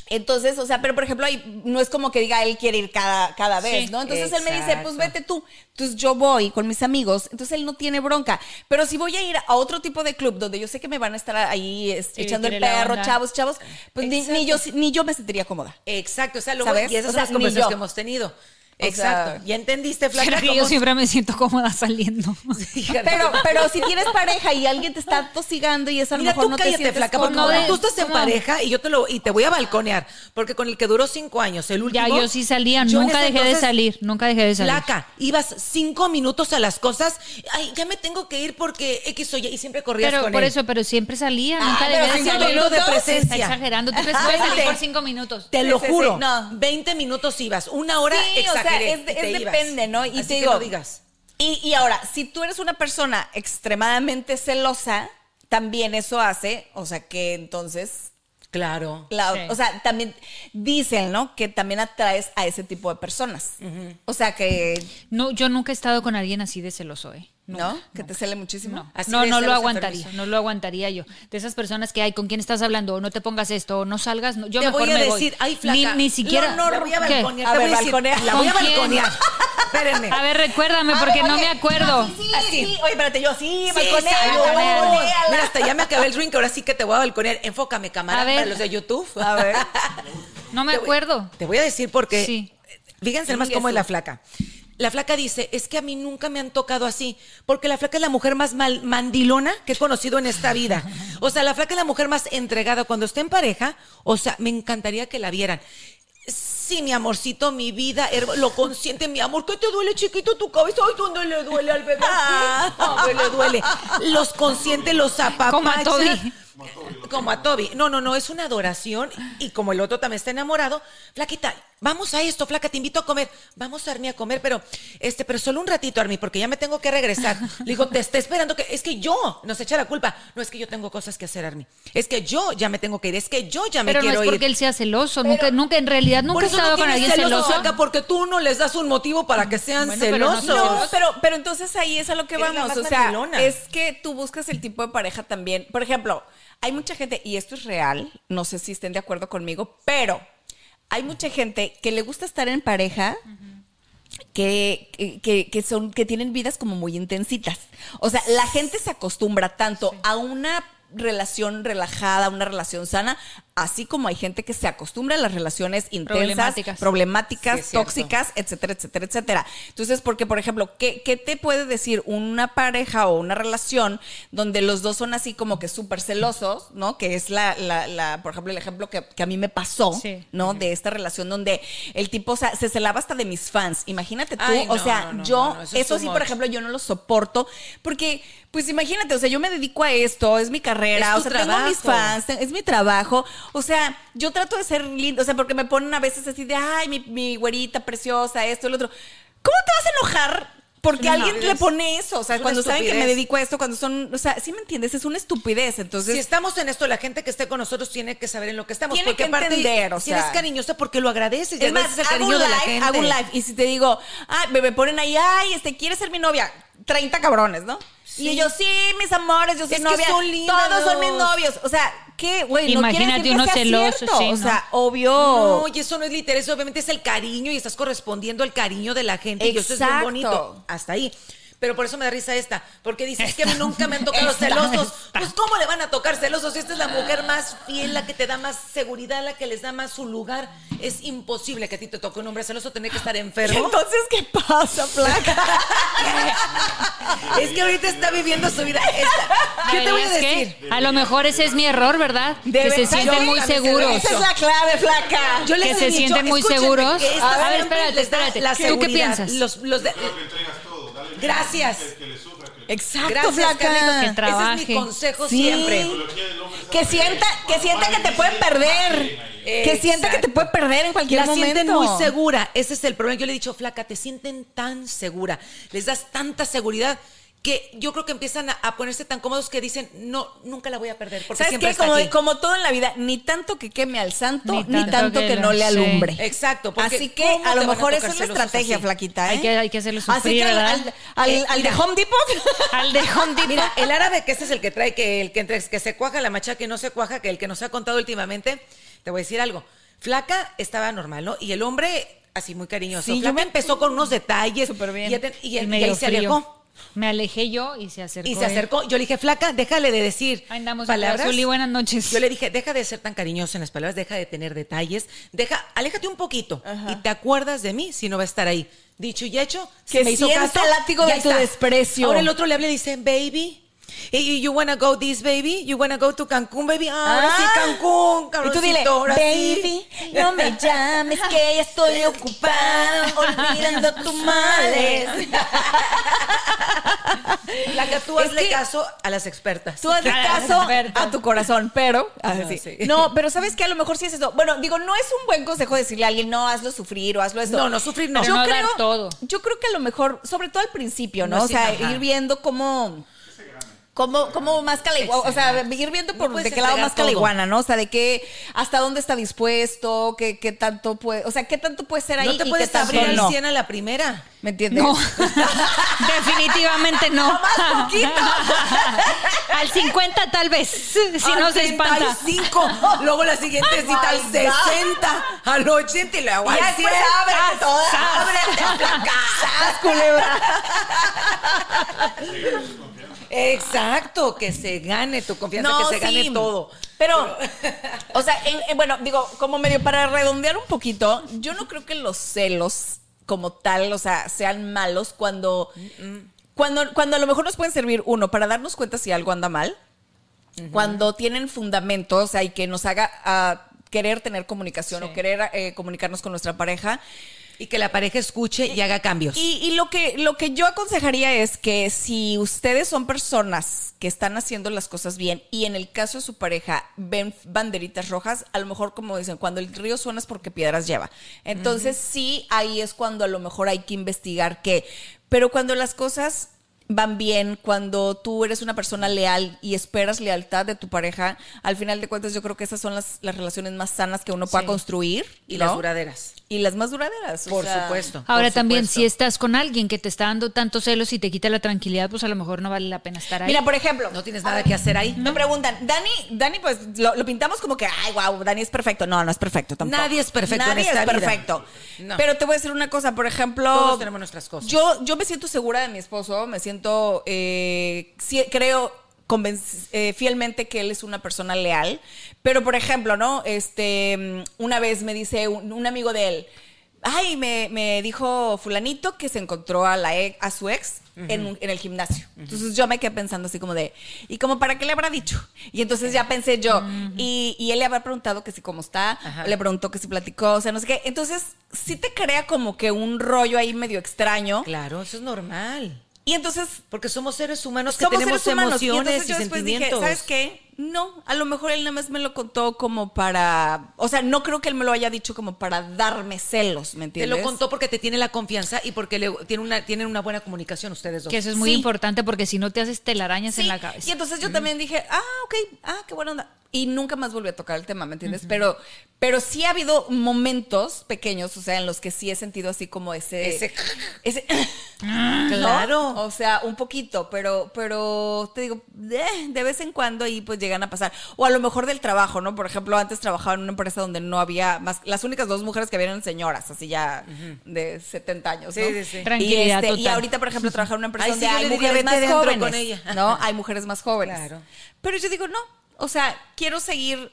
B: Entonces, o sea, pero por ejemplo, ahí no es como que diga él quiere ir cada, cada vez,
A: Sí.
B: ¿no? Entonces él me dice,
C: Exacto.
B: pues vete tú. Entonces yo voy con mis amigos, entonces él no tiene bronca. Pero si voy a ir a otro tipo de club donde yo sé que me van a estar ahí es-
A: Sí,
B: echando el
A: tiene la
B: perro,
A: onda.
B: chavos, chavos, pues ni, ni yo, ni yo me sentiría cómoda.
C: Exacto, o sea, luego,
B: ¿Sabes?
C: y esas
B: O sea,
C: son las
B: ni
C: conversaciones
B: yo.
C: que hemos tenido.
B: sea,
C: Exacto. ya entendiste, Flaca.
A: Pero que yo
C: cómo-
A: siempre me siento cómoda saliendo.
C: Hija de-
B: Pero, pero si tienes pareja y alguien te está tosigando y esa
C: Mira,
B: mejor
C: tú
B: no te
C: cállate,
B: sientes
C: flaca, porque
A: cómoda. No,
C: ahora tú estás en
A: no.
C: pareja y yo te lo y te voy a balconear, porque con el que duró cinco años, el último.
A: Ya, yo sí salía,
C: yo en
A: nunca
C: ese
A: dejé de
C: entonces,
A: salir, nunca dejé de salir.
C: Flaca, ibas cinco minutos a las cosas, ay, ya me tengo que ir porque X o Y, y siempre corrías
A: Pero
C: con
A: por
C: él.
A: eso, pero siempre salía,
C: Ah,
A: nunca
C: pero
A: dejé de
C: cinco
A: salir.
C: minutos de
A: Se
C: presencia. Ah,
A: Está exagerando, tú crees que puedes salir por cinco minutos.
C: Te lo
B: Sí, sí,
C: juro,
B: sí, no.
C: 20 minutos ibas, una hora
B: Sí, o sea,
C: exageré,
B: es de-
C: y te
B: es
C: ibas.
B: depende, ¿no? Y
C: Así
B: te
C: que
B: digo-
C: no digas.
B: Y, y ahora, si tú eres una persona extremadamente celosa, también eso hace, o sea, que entonces,
C: Claro.
B: la-
A: Sí.
B: o sea, también dicen, ¿no? Que también atraes a ese tipo de personas. O sea, que,
A: No, yo nunca he estado con alguien así de celoso, ¿eh?
B: ¿no? que te cele muchísimo.
A: No,
C: Así
A: no,
C: de
A: no lo
C: celos
A: aguantaría,
C: enfermizo.
A: no lo aguantaría yo. De esas personas que hay, ¿con quién estás hablando? O no te pongas esto, o no salgas, no, yo
C: te
A: mejor
C: voy a
A: me
C: decir, ay, flaca.
A: Ni, ni siquiera.
C: No, no, la voy a
A: ¿Qué?
C: balconear.
B: A
C: te
B: ver,
C: voy a decir,
B: balconea.
C: La voy a
A: ¿Con quién?
C: balconear. Espérenme.
A: A ver, recuérdame, porque no me acuerdo.
B: Sí, sí, oye, espérate, yo sí,
C: Sí,
B: balconea,
C: exacto.
B: balconeala.
C: Mira, hasta ya me acabé el drink, ahora sí que te voy a balconear. Enfócame, cámara,
A: A ver.
C: para los de YouTube.
B: A ver.
A: No me acuerdo.
C: Te voy a decir porque.
A: Sí.
C: Fíjense más
B: Chingue
C: cómo es
B: su-
C: la flaca. La flaca dice, es que a mí nunca me han tocado así, porque la flaca es la mujer más mal- mandilona que he conocido en esta vida. O sea, la flaca es la mujer más entregada. Cuando esté en pareja, o sea, me encantaría que la vieran. Sí, mi amorcito, mi vida, her- lo consciente, mi amor, ¿qué te duele, chiquito, tu cabeza? Ay, ¿dónde le duele al bebé? Ay, ¿dónde le duele. Los conscientes, los apapachas.
A: Como a Toby.
C: Como a Toby. No, no, no, es una adoración. Y como el otro también está enamorado, Flaquita, vamos a esto, Flaca, te invito a comer. Vamos, Armi, a comer, pero este, pero solo un ratito, Armi, porque ya me tengo que regresar. Le digo, te está esperando que. Es que yo nos echa la culpa. No es que yo tengo cosas que hacer, Armi. Es que yo ya me tengo que ir. Es que yo ya me
A: Pero no
C: quiero
A: es porque
C: ir.
A: él sea celoso, nunca, nunca, en realidad nunca
C: Por
A: he
C: eso no
A: estado con
C: tienes
A: alguien
C: celos,
A: celoso.
C: Flaca, porque tú no les das un motivo para que sean
A: Bueno, pero no
C: celosos.
A: son
B: No, pero, pero entonces ahí es a lo que
C: Eres la
B: vamos.
C: más
B: O sea,
C: mandilona.
B: es que tú buscas el tipo de pareja también. Por ejemplo, hay mucha gente, y esto es real, no sé si estén de acuerdo conmigo, pero hay mucha gente que le gusta estar en pareja. Que, que- que, que son que tienen vidas como muy intensitas. O sea, la gente se acostumbra tanto a una relación relajada, una relación sana, así como hay gente que se acostumbra a las relaciones intensas,
A: Problemáticas.
C: Sí,
B: problemáticas,
C: es cierto.
B: tóxicas tóxicas, etcétera, etcétera, etcétera. Entonces, porque, por ejemplo, ¿qué, qué te puede decir una pareja o una relación donde los dos son así como que súper celosos, ¿no? Que es la, la- la- por ejemplo, el ejemplo que, que a mí me pasó,
A: Sí.
B: ¿no? De esta relación donde el tipo o sea, se celaba hasta de mis fans. Imagínate tú,
C: Ay,
B: o
C: no,
B: sea,
C: no, no,
B: yo,
C: no, no, eso
B: eso,
C: es too
B: sí, por
C: much.
B: ejemplo, yo no lo soporto porque, pues imagínate, o sea, yo me dedico a esto, es mi carrera,
C: Es
B: o
C: tu
B: sea, tengo mis
C: trabajo.
B: fans hasta- es mi trabajo. O sea, yo trato de ser lindo, o sea, porque me ponen a veces así de, ay, mi, mi güerita preciosa, esto, el otro. ¿Cómo te vas a enojar? Porque
C: Es una
B: alguien le
C: estupidez.
B: pone eso, o sea,
C: Es una
B: cuando saben que me
C: estupidez.
B: dedico a esto, cuando son, o sea, sí me entiendes, es una estupidez, entonces...
C: si estamos en esto, la gente que esté con nosotros tiene que saber en lo que estamos.
B: Tiene
C: porque
B: que
C: aparte,
B: entender, o
C: si eres
B: sea.
C: cariñosa porque lo agradeces. y
B: es más,
C: agradeces el
B: hago
C: cariño
B: un
C: de la
B: live,
C: gente.
B: hago un live, y si te digo, ay, me, me ponen ahí, ay, este, ¿quieres ser mi novia? 30 cabrones, ¿no?
C: Sí.
B: Y yo, sí, mis amores, yo soy
C: Es que
B: novia.
C: son lindos.
B: Todos son mis novios. O sea, ¿qué, güey? No quiere
A: Imagínate
B: decir que
A: uno
B: sea
A: celoso,
B: cierto.
A: sí, ¿no?
B: O sea, obvio.
C: No, y eso no es literal, eso obviamente es el cariño y estás correspondiendo al cariño de la gente. Y eso es bien
B: Exacto.
C: bonito. Hasta ahí. Pero por eso me da risa esta, porque dices que a mí nunca me han tocado
A: Esta,
C: celosos.
A: esta.
C: Pues ¿cómo le van a tocar celosos si esta es la mujer más fiel, la que te da más seguridad, la que les da más su lugar? Es imposible que a ti te toque un hombre celoso, tener que estar enfermo.
B: Entonces, ¿qué pasa, Flaca?
C: Es que ahorita está viviendo su vida esta. ¿Qué te voy a
A: ¿Sabes qué?
C: decir?
A: A lo lo mejor ese es mi error, ¿verdad? que se
B: Debe-
A: sienten
B: Yo-
A: muy
B: Esa es
A: seguros.
B: la clave, Flaca.
C: Yo
A: que
C: les
A: se
C: he dicho,
A: sienten muy
C: escúchenme,
A: seguros.
C: que esta
A: A ver,
C: siempre
A: espérate,
C: les da
A: espérate.
C: La
A: ¿Tú qué
C: seguridad.
A: piensas?
C: Los, los de-
D: Le entregas todo, dale.
C: Gracias.
D: Que, que le sufra, que le
B: Exacto,
C: Gracias,
B: Flaca.
C: Carlitos,
A: Que
C: Ese es
A: trabaje.
C: mi consejo
B: Sí.
C: siempre.
B: Que sienta, que sienta que te puede perder. Que sienta que te puede perder en cualquier
C: La
B: momento.
C: sienten muy segura. Ese es el problema. Yo le he dicho, flaca, te sienten tan segura. Les das tanta seguridad que yo creo que empiezan a, a ponerse tan cómodos que dicen, no, nunca la voy a perder. Porque
B: ¿Sabes
C: siempre
B: qué?
C: está
B: Como,
C: aquí.
B: como todo en la vida, ni tanto que queme al santo,
A: Ni
B: ni tanto,
A: tanto
B: que,
A: que lo-
B: no le alumbre.
A: sí.
C: Exacto, porque
B: así que
C: ¿cómo
B: a
C: te
B: lo
C: van a
B: mejor
C: tocar
B: esa es la
C: celosos
B: estrategia,
C: así?
B: Flaquita. ¿eh?
A: Hay que- hay que hacerlo
B: Así
A: sufrir,
B: que al,
A: ¿verdad?
B: al, al-
C: Eh,
B: al de
C: mira.
B: Home Depot.
A: Al de Home Depot.
C: Mira, el árabe que este es el que trae que el que entre que se cuaja la machaca y no se cuaja, que el que nos ha contado últimamente, te voy a decir algo. Flaca estaba normal, ¿no? Y el hombre así muy cariñoso.
B: Sí, yo
C: Flaca
B: me-
C: empezó con unos detalles
B: Súper bien.
C: y, ya te- y- y
A: Y
C: ahí
A: medio
C: se
A: frío.
C: alejó.
A: Me alejé yo y se acercó.
C: Y se
A: él.
C: acercó. Yo le dije, Flaca, déjale de decir
A: Ahí andamos,
C: palabras.
A: Zuli, buenas noches.
C: Yo le dije, deja de ser tan cariñoso en las palabras, deja de tener detalles, deja, aléjate un poquito y te acuerdas de mí si no va a estar ahí. Dicho y hecho,
B: Que sienta el látigo
C: ya
B: de tu desprecio.
C: Ahora el otro le habla y dice, baby. hey, You wanna go this baby? You wanna go to Cancún baby? Ah, ahora sí
B: Ah.
C: Cancún,
B: Y tú
C: cabroncito,
B: dile,
C: ahora
B: baby,
C: sí".
B: no me llames que ya estoy ocupada olvidando tus males.
C: La que tú
B: Es
C: hazle
B: que-
C: caso a las expertas.
B: Tú hazle
A: Claro,
B: caso
A: Humberto.
B: a tu corazón, pero así.
C: Ah, sí.
B: No, pero sabes que a lo mejor sí es eso. Bueno, digo, no es un buen consejo decirle a alguien, no, hazlo sufrir o hazlo eso.
C: No, no, sufrir no.
A: Pero no dar todo.
B: Yo creo que a lo mejor, sobre todo al principio, ¿no?
C: No,
B: o
C: sí,
B: sea,
C: ajá.
B: ir viendo cómo. Cómo, cómo más que la igua- o sea, ir viendo
C: No
B: por
C: puedes
B: de qué lado
C: entregar
B: más que la
C: todo.
B: iguana, ¿no? O sea, de qué, hasta dónde está dispuesto, qué, qué tanto puede, o sea, qué tanto puede ser ahí.
C: No te
B: y qué
C: puedes
B: tanto
C: abrir el
B: no.
C: 100 a la primera.
B: ¿Me entiendes?
A: No. Definitivamente no.
B: Nomás poquito.
A: Al 50 tal vez. Si
C: Al
A: no se espanta.
C: 35, luego la siguiente
B: Oh
C: cita al
B: my
C: 60, al 80 y la
B: Y
C: al
B: después
C: 100.
B: pues, ábrete toda.
C: Ábrete, flaca.
B: ¡Sas, culebra!
C: Exacto, que se gane tu confianza, que se gane
B: sí.
C: todo.
B: Pero, o sea, en- en- bueno, digo, como medio para redondear un poquito, yo no creo que los celos como tal, o sea, sean malos cuando, cuando, cuando a lo mejor nos pueden servir, uno, para darnos cuenta si algo anda mal, cuando tienen fundamentos, o sea, y que nos haga ah, querer tener comunicación
A: Sí.
B: o querer eh, comunicarnos con nuestra pareja.
C: Y que la pareja escuche y haga cambios.
B: Y, y lo, que, lo que yo aconsejaría es que si ustedes son personas que están haciendo las cosas bien y en el caso de su pareja ven banderitas rojas, a lo mejor como dicen, cuando el río suena es porque piedras lleva. Entonces sí, ahí es cuando a lo mejor hay que investigar qué. Pero cuando las cosas van bien, cuando tú eres una persona leal y esperas lealtad de tu pareja, al final de cuentas yo creo que esas son las, las relaciones más sanas que uno pueda
A: Sí.
B: construir.
C: Y
B: ¿no?
C: las duraderas.
B: Y las más duraderas. o
C: Por
B: sea,
C: supuesto.
A: Ahora
C: por
A: también,
C: supuesto.
A: si estás con alguien que te está dando tantos celos y te quita la tranquilidad, pues a lo mejor no vale la pena estar ahí.
B: Mira, por ejemplo.
C: No tienes nada que hacer ahí.
B: Me preguntan, Dani, Dani, pues lo, lo pintamos como que, ay, wow, Dani es perfecto. No, no es perfecto tampoco.
C: Nadie es perfecto en
B: Nadie
C: esta
B: es
C: vida.
B: perfecto.
C: No.
B: Pero te voy a decir una cosa, por ejemplo.
C: Todos tenemos nuestras cosas.
B: Yo, yo me siento segura de mi esposo, me siento, eh, sí, creo convenc- eh, fielmente que él es una persona leal. Pero, por ejemplo, ¿no? Este, mm, una vez me dice un, un amigo de él, ay, me, me dijo fulanito que se encontró a, la e- a su ex en, un- en el gimnasio. Entonces yo me quedé pensando así como de, ¿y como para qué le habrá dicho? Y entonces ya pensé yo, y, y él le habrá preguntado que si cómo está, le preguntó que si platicó, o sea, no sé qué. Entonces sí te crea como que un rollo ahí medio extraño.
C: Claro, eso es normal.
B: Y entonces
C: Porque somos seres humanos que
B: somos
C: tenemos
B: seres humanos. Y
C: emociones
B: entonces
C: y,
B: yo después dije,
C: sentimientos.
B: ¿sabes qué? No, a lo mejor él nada más me lo contó como para, o sea, no creo que él me lo haya dicho como para darme celos, ¿me
C: Te
B: entiendes?
C: lo contó porque te tiene la confianza y porque le, tiene una, tienen una buena comunicación ustedes dos.
A: que eso es muy
B: Sí.
A: importante porque si no te haces telarañas
B: Sí,
A: en la cabeza.
B: Y entonces yo también dije, ah, ok, ah, qué buena onda. Y nunca más volví a tocar el tema, ¿me entiendes? Pero pero sí ha habido momentos pequeños, o sea, en los que sí he sentido así como ese...
C: Ese-
B: ese-
A: Ah,
B: ¿no?
C: Claro.
B: O sea, un poquito, pero pero te digo, eh, de vez en cuando y pues llegan a pasar. O a lo mejor del trabajo, ¿no? Por ejemplo, antes trabajaba en una empresa donde no había más... Las únicas dos mujeres que había eran señoras, así ya de 70 años,
C: Sí,
B: ¿no?
C: sí, sí.
A: Tranquilidad
B: y, este, y
A: total.
B: ahorita, por ejemplo, trabajar en una empresa
C: Ay, sí,
B: donde
C: yo
B: hay
C: le diría,
B: mujeres
C: "Vete
B: más
C: adentro
B: jóvenes.
C: con ella".
B: ¿no? Hay mujeres más jóvenes.
C: Claro.
B: Pero yo digo, no. O sea, quiero seguir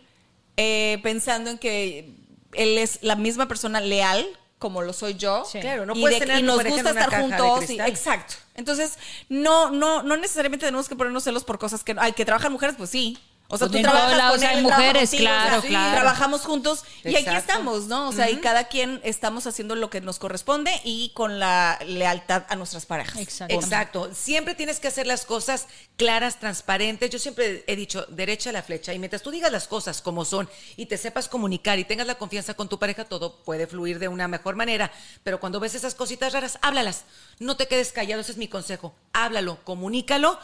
B: eh, pensando en que él es la misma persona leal como lo soy yo.
A: Sí.
C: Claro, no
B: y,
C: puedes
B: de-
C: tener a
B: y
C: tu
B: nos
C: pareja en
B: gusta
C: una
B: estar
C: caja de
B: juntos. y-
C: cristal.
B: exacto. Entonces, no, no, no necesariamente tenemos que ponernos celos por cosas que no. Hay que trabajar mujeres, pues sí. O sea,
A: Pues en
B: tú trabajas
A: todos lados
B: con él,
A: hay
B: él trabaja
A: mujeres,
B: contigo, o sea,
A: claro,
B: sí,
A: claro.
B: Trabajamos juntos y aquí
C: Exacto.
B: estamos, ¿no? O sea, y cada quien estamos haciendo lo que nos corresponde y con la lealtad a nuestras parejas.
A: Exacto.
C: Exacto. Siempre tienes que hacer las cosas claras, transparentes. Yo siempre he dicho, derecha a la flecha. Y mientras tú digas las cosas como son y te sepas comunicar y tengas la confianza con tu pareja, todo puede fluir de una mejor manera. Pero cuando ves esas cositas raras, háblalas. No te quedes callado. Ese es mi consejo. Háblalo, comunícalo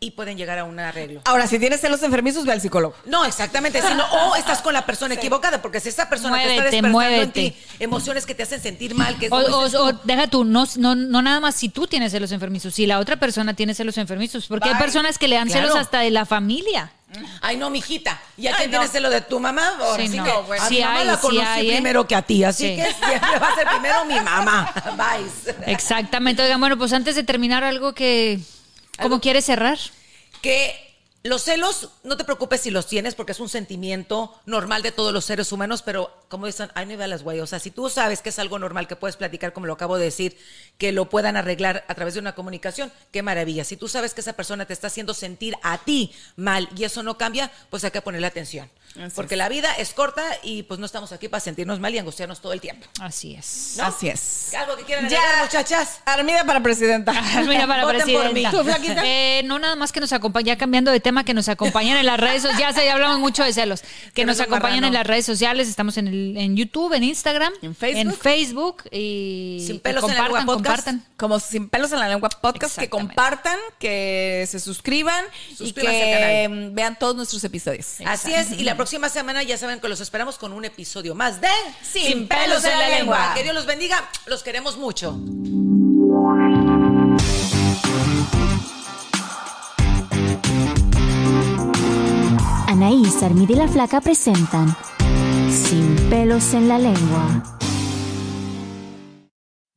C: y pueden llegar a un arreglo.
B: Ahora, si tienes celos enfermizos, ve al psicólogo.
C: No, exactamente, sino o estás con la persona equivocada, porque si esa persona te está
A: Muévete,
C: despertando en
A: muévete.
C: ti emociones que te hacen sentir mal, que es
A: O,
C: como dices
A: o- o
C: tú,
A: deja tú, no, no, no nada más si tú tienes celos enfermizos, si la otra persona tiene celos enfermizos, porque hay
C: Bye.
A: personas que le dan
C: Claro.
A: celos hasta de la familia.
C: Ay, no, mijita. ¿Y a
B: Ay,
C: quién
B: no.
C: tienes lo de tu mamá? Ahora
A: Sí,
C: sí
A: no.
C: que
A: Bueno.
C: a mi
A: Sí
C: mamá
A: hay,
C: la
A: sí
C: conocí
A: hay, ¿eh?
C: primero que a ti, así
A: Sí.
C: que siempre va a ser primero mi mamá. Vais.
A: Exactamente. Oigan, bueno, pues antes de terminar, algo que. ¿Cómo quieres cerrar?
C: que los celos, no te preocupes si los tienes, porque es un sentimiento normal de todos los seres humanos, pero como dicen, hay niveles, güey. O sea, si tú sabes que es algo normal, que puedes platicar, como lo acabo de decir, que lo puedan arreglar a través de una comunicación, qué maravilla. Si tú sabes que esa persona te está haciendo sentir a ti mal y eso no cambia, pues hay que ponerle atención. porque la vida es corta y pues no estamos aquí para sentirnos mal y angustiarnos todo el tiempo.
A: Así es.
B: Así es.
C: ¿Algo que quieran
B: Ya.
C: agregar, muchachas?
B: Armida para presidenta.
A: Pues Mira, para
C: Voten por mí.
A: presidenta.
C: ¿Tú, flaquita?
A: Eh, no nada más que nos acompañen, ya cambiando de tema, que nos acompañen en las redes sociales. Ya, se- ya hablamos mucho de celos. Que nos
C: Celos
A: acompañen
C: marrano.
A: en las redes sociales. Estamos en, el- en YouTube, en Instagram,
B: En
A: en
B: Facebook.
A: Facebook y
C: Sin pelos en la
A: compartan,
C: lengua podcast.
A: compartan.
B: Como sin pelos en la lengua podcast, que
A: Exactamente.
B: compartan, que se suscriban y
C: Suscríbanse
B: que
C: al
B: mm, vean todos nuestros episodios.
C: Así es, y la próxima semana ya saben que los esperamos con un episodio más de
B: Sin pelos en la lengua.
C: Que Dios los bendiga, los queremos mucho.
E: Anaís, Armida y la Flaca presentan Sin pelos en la lengua.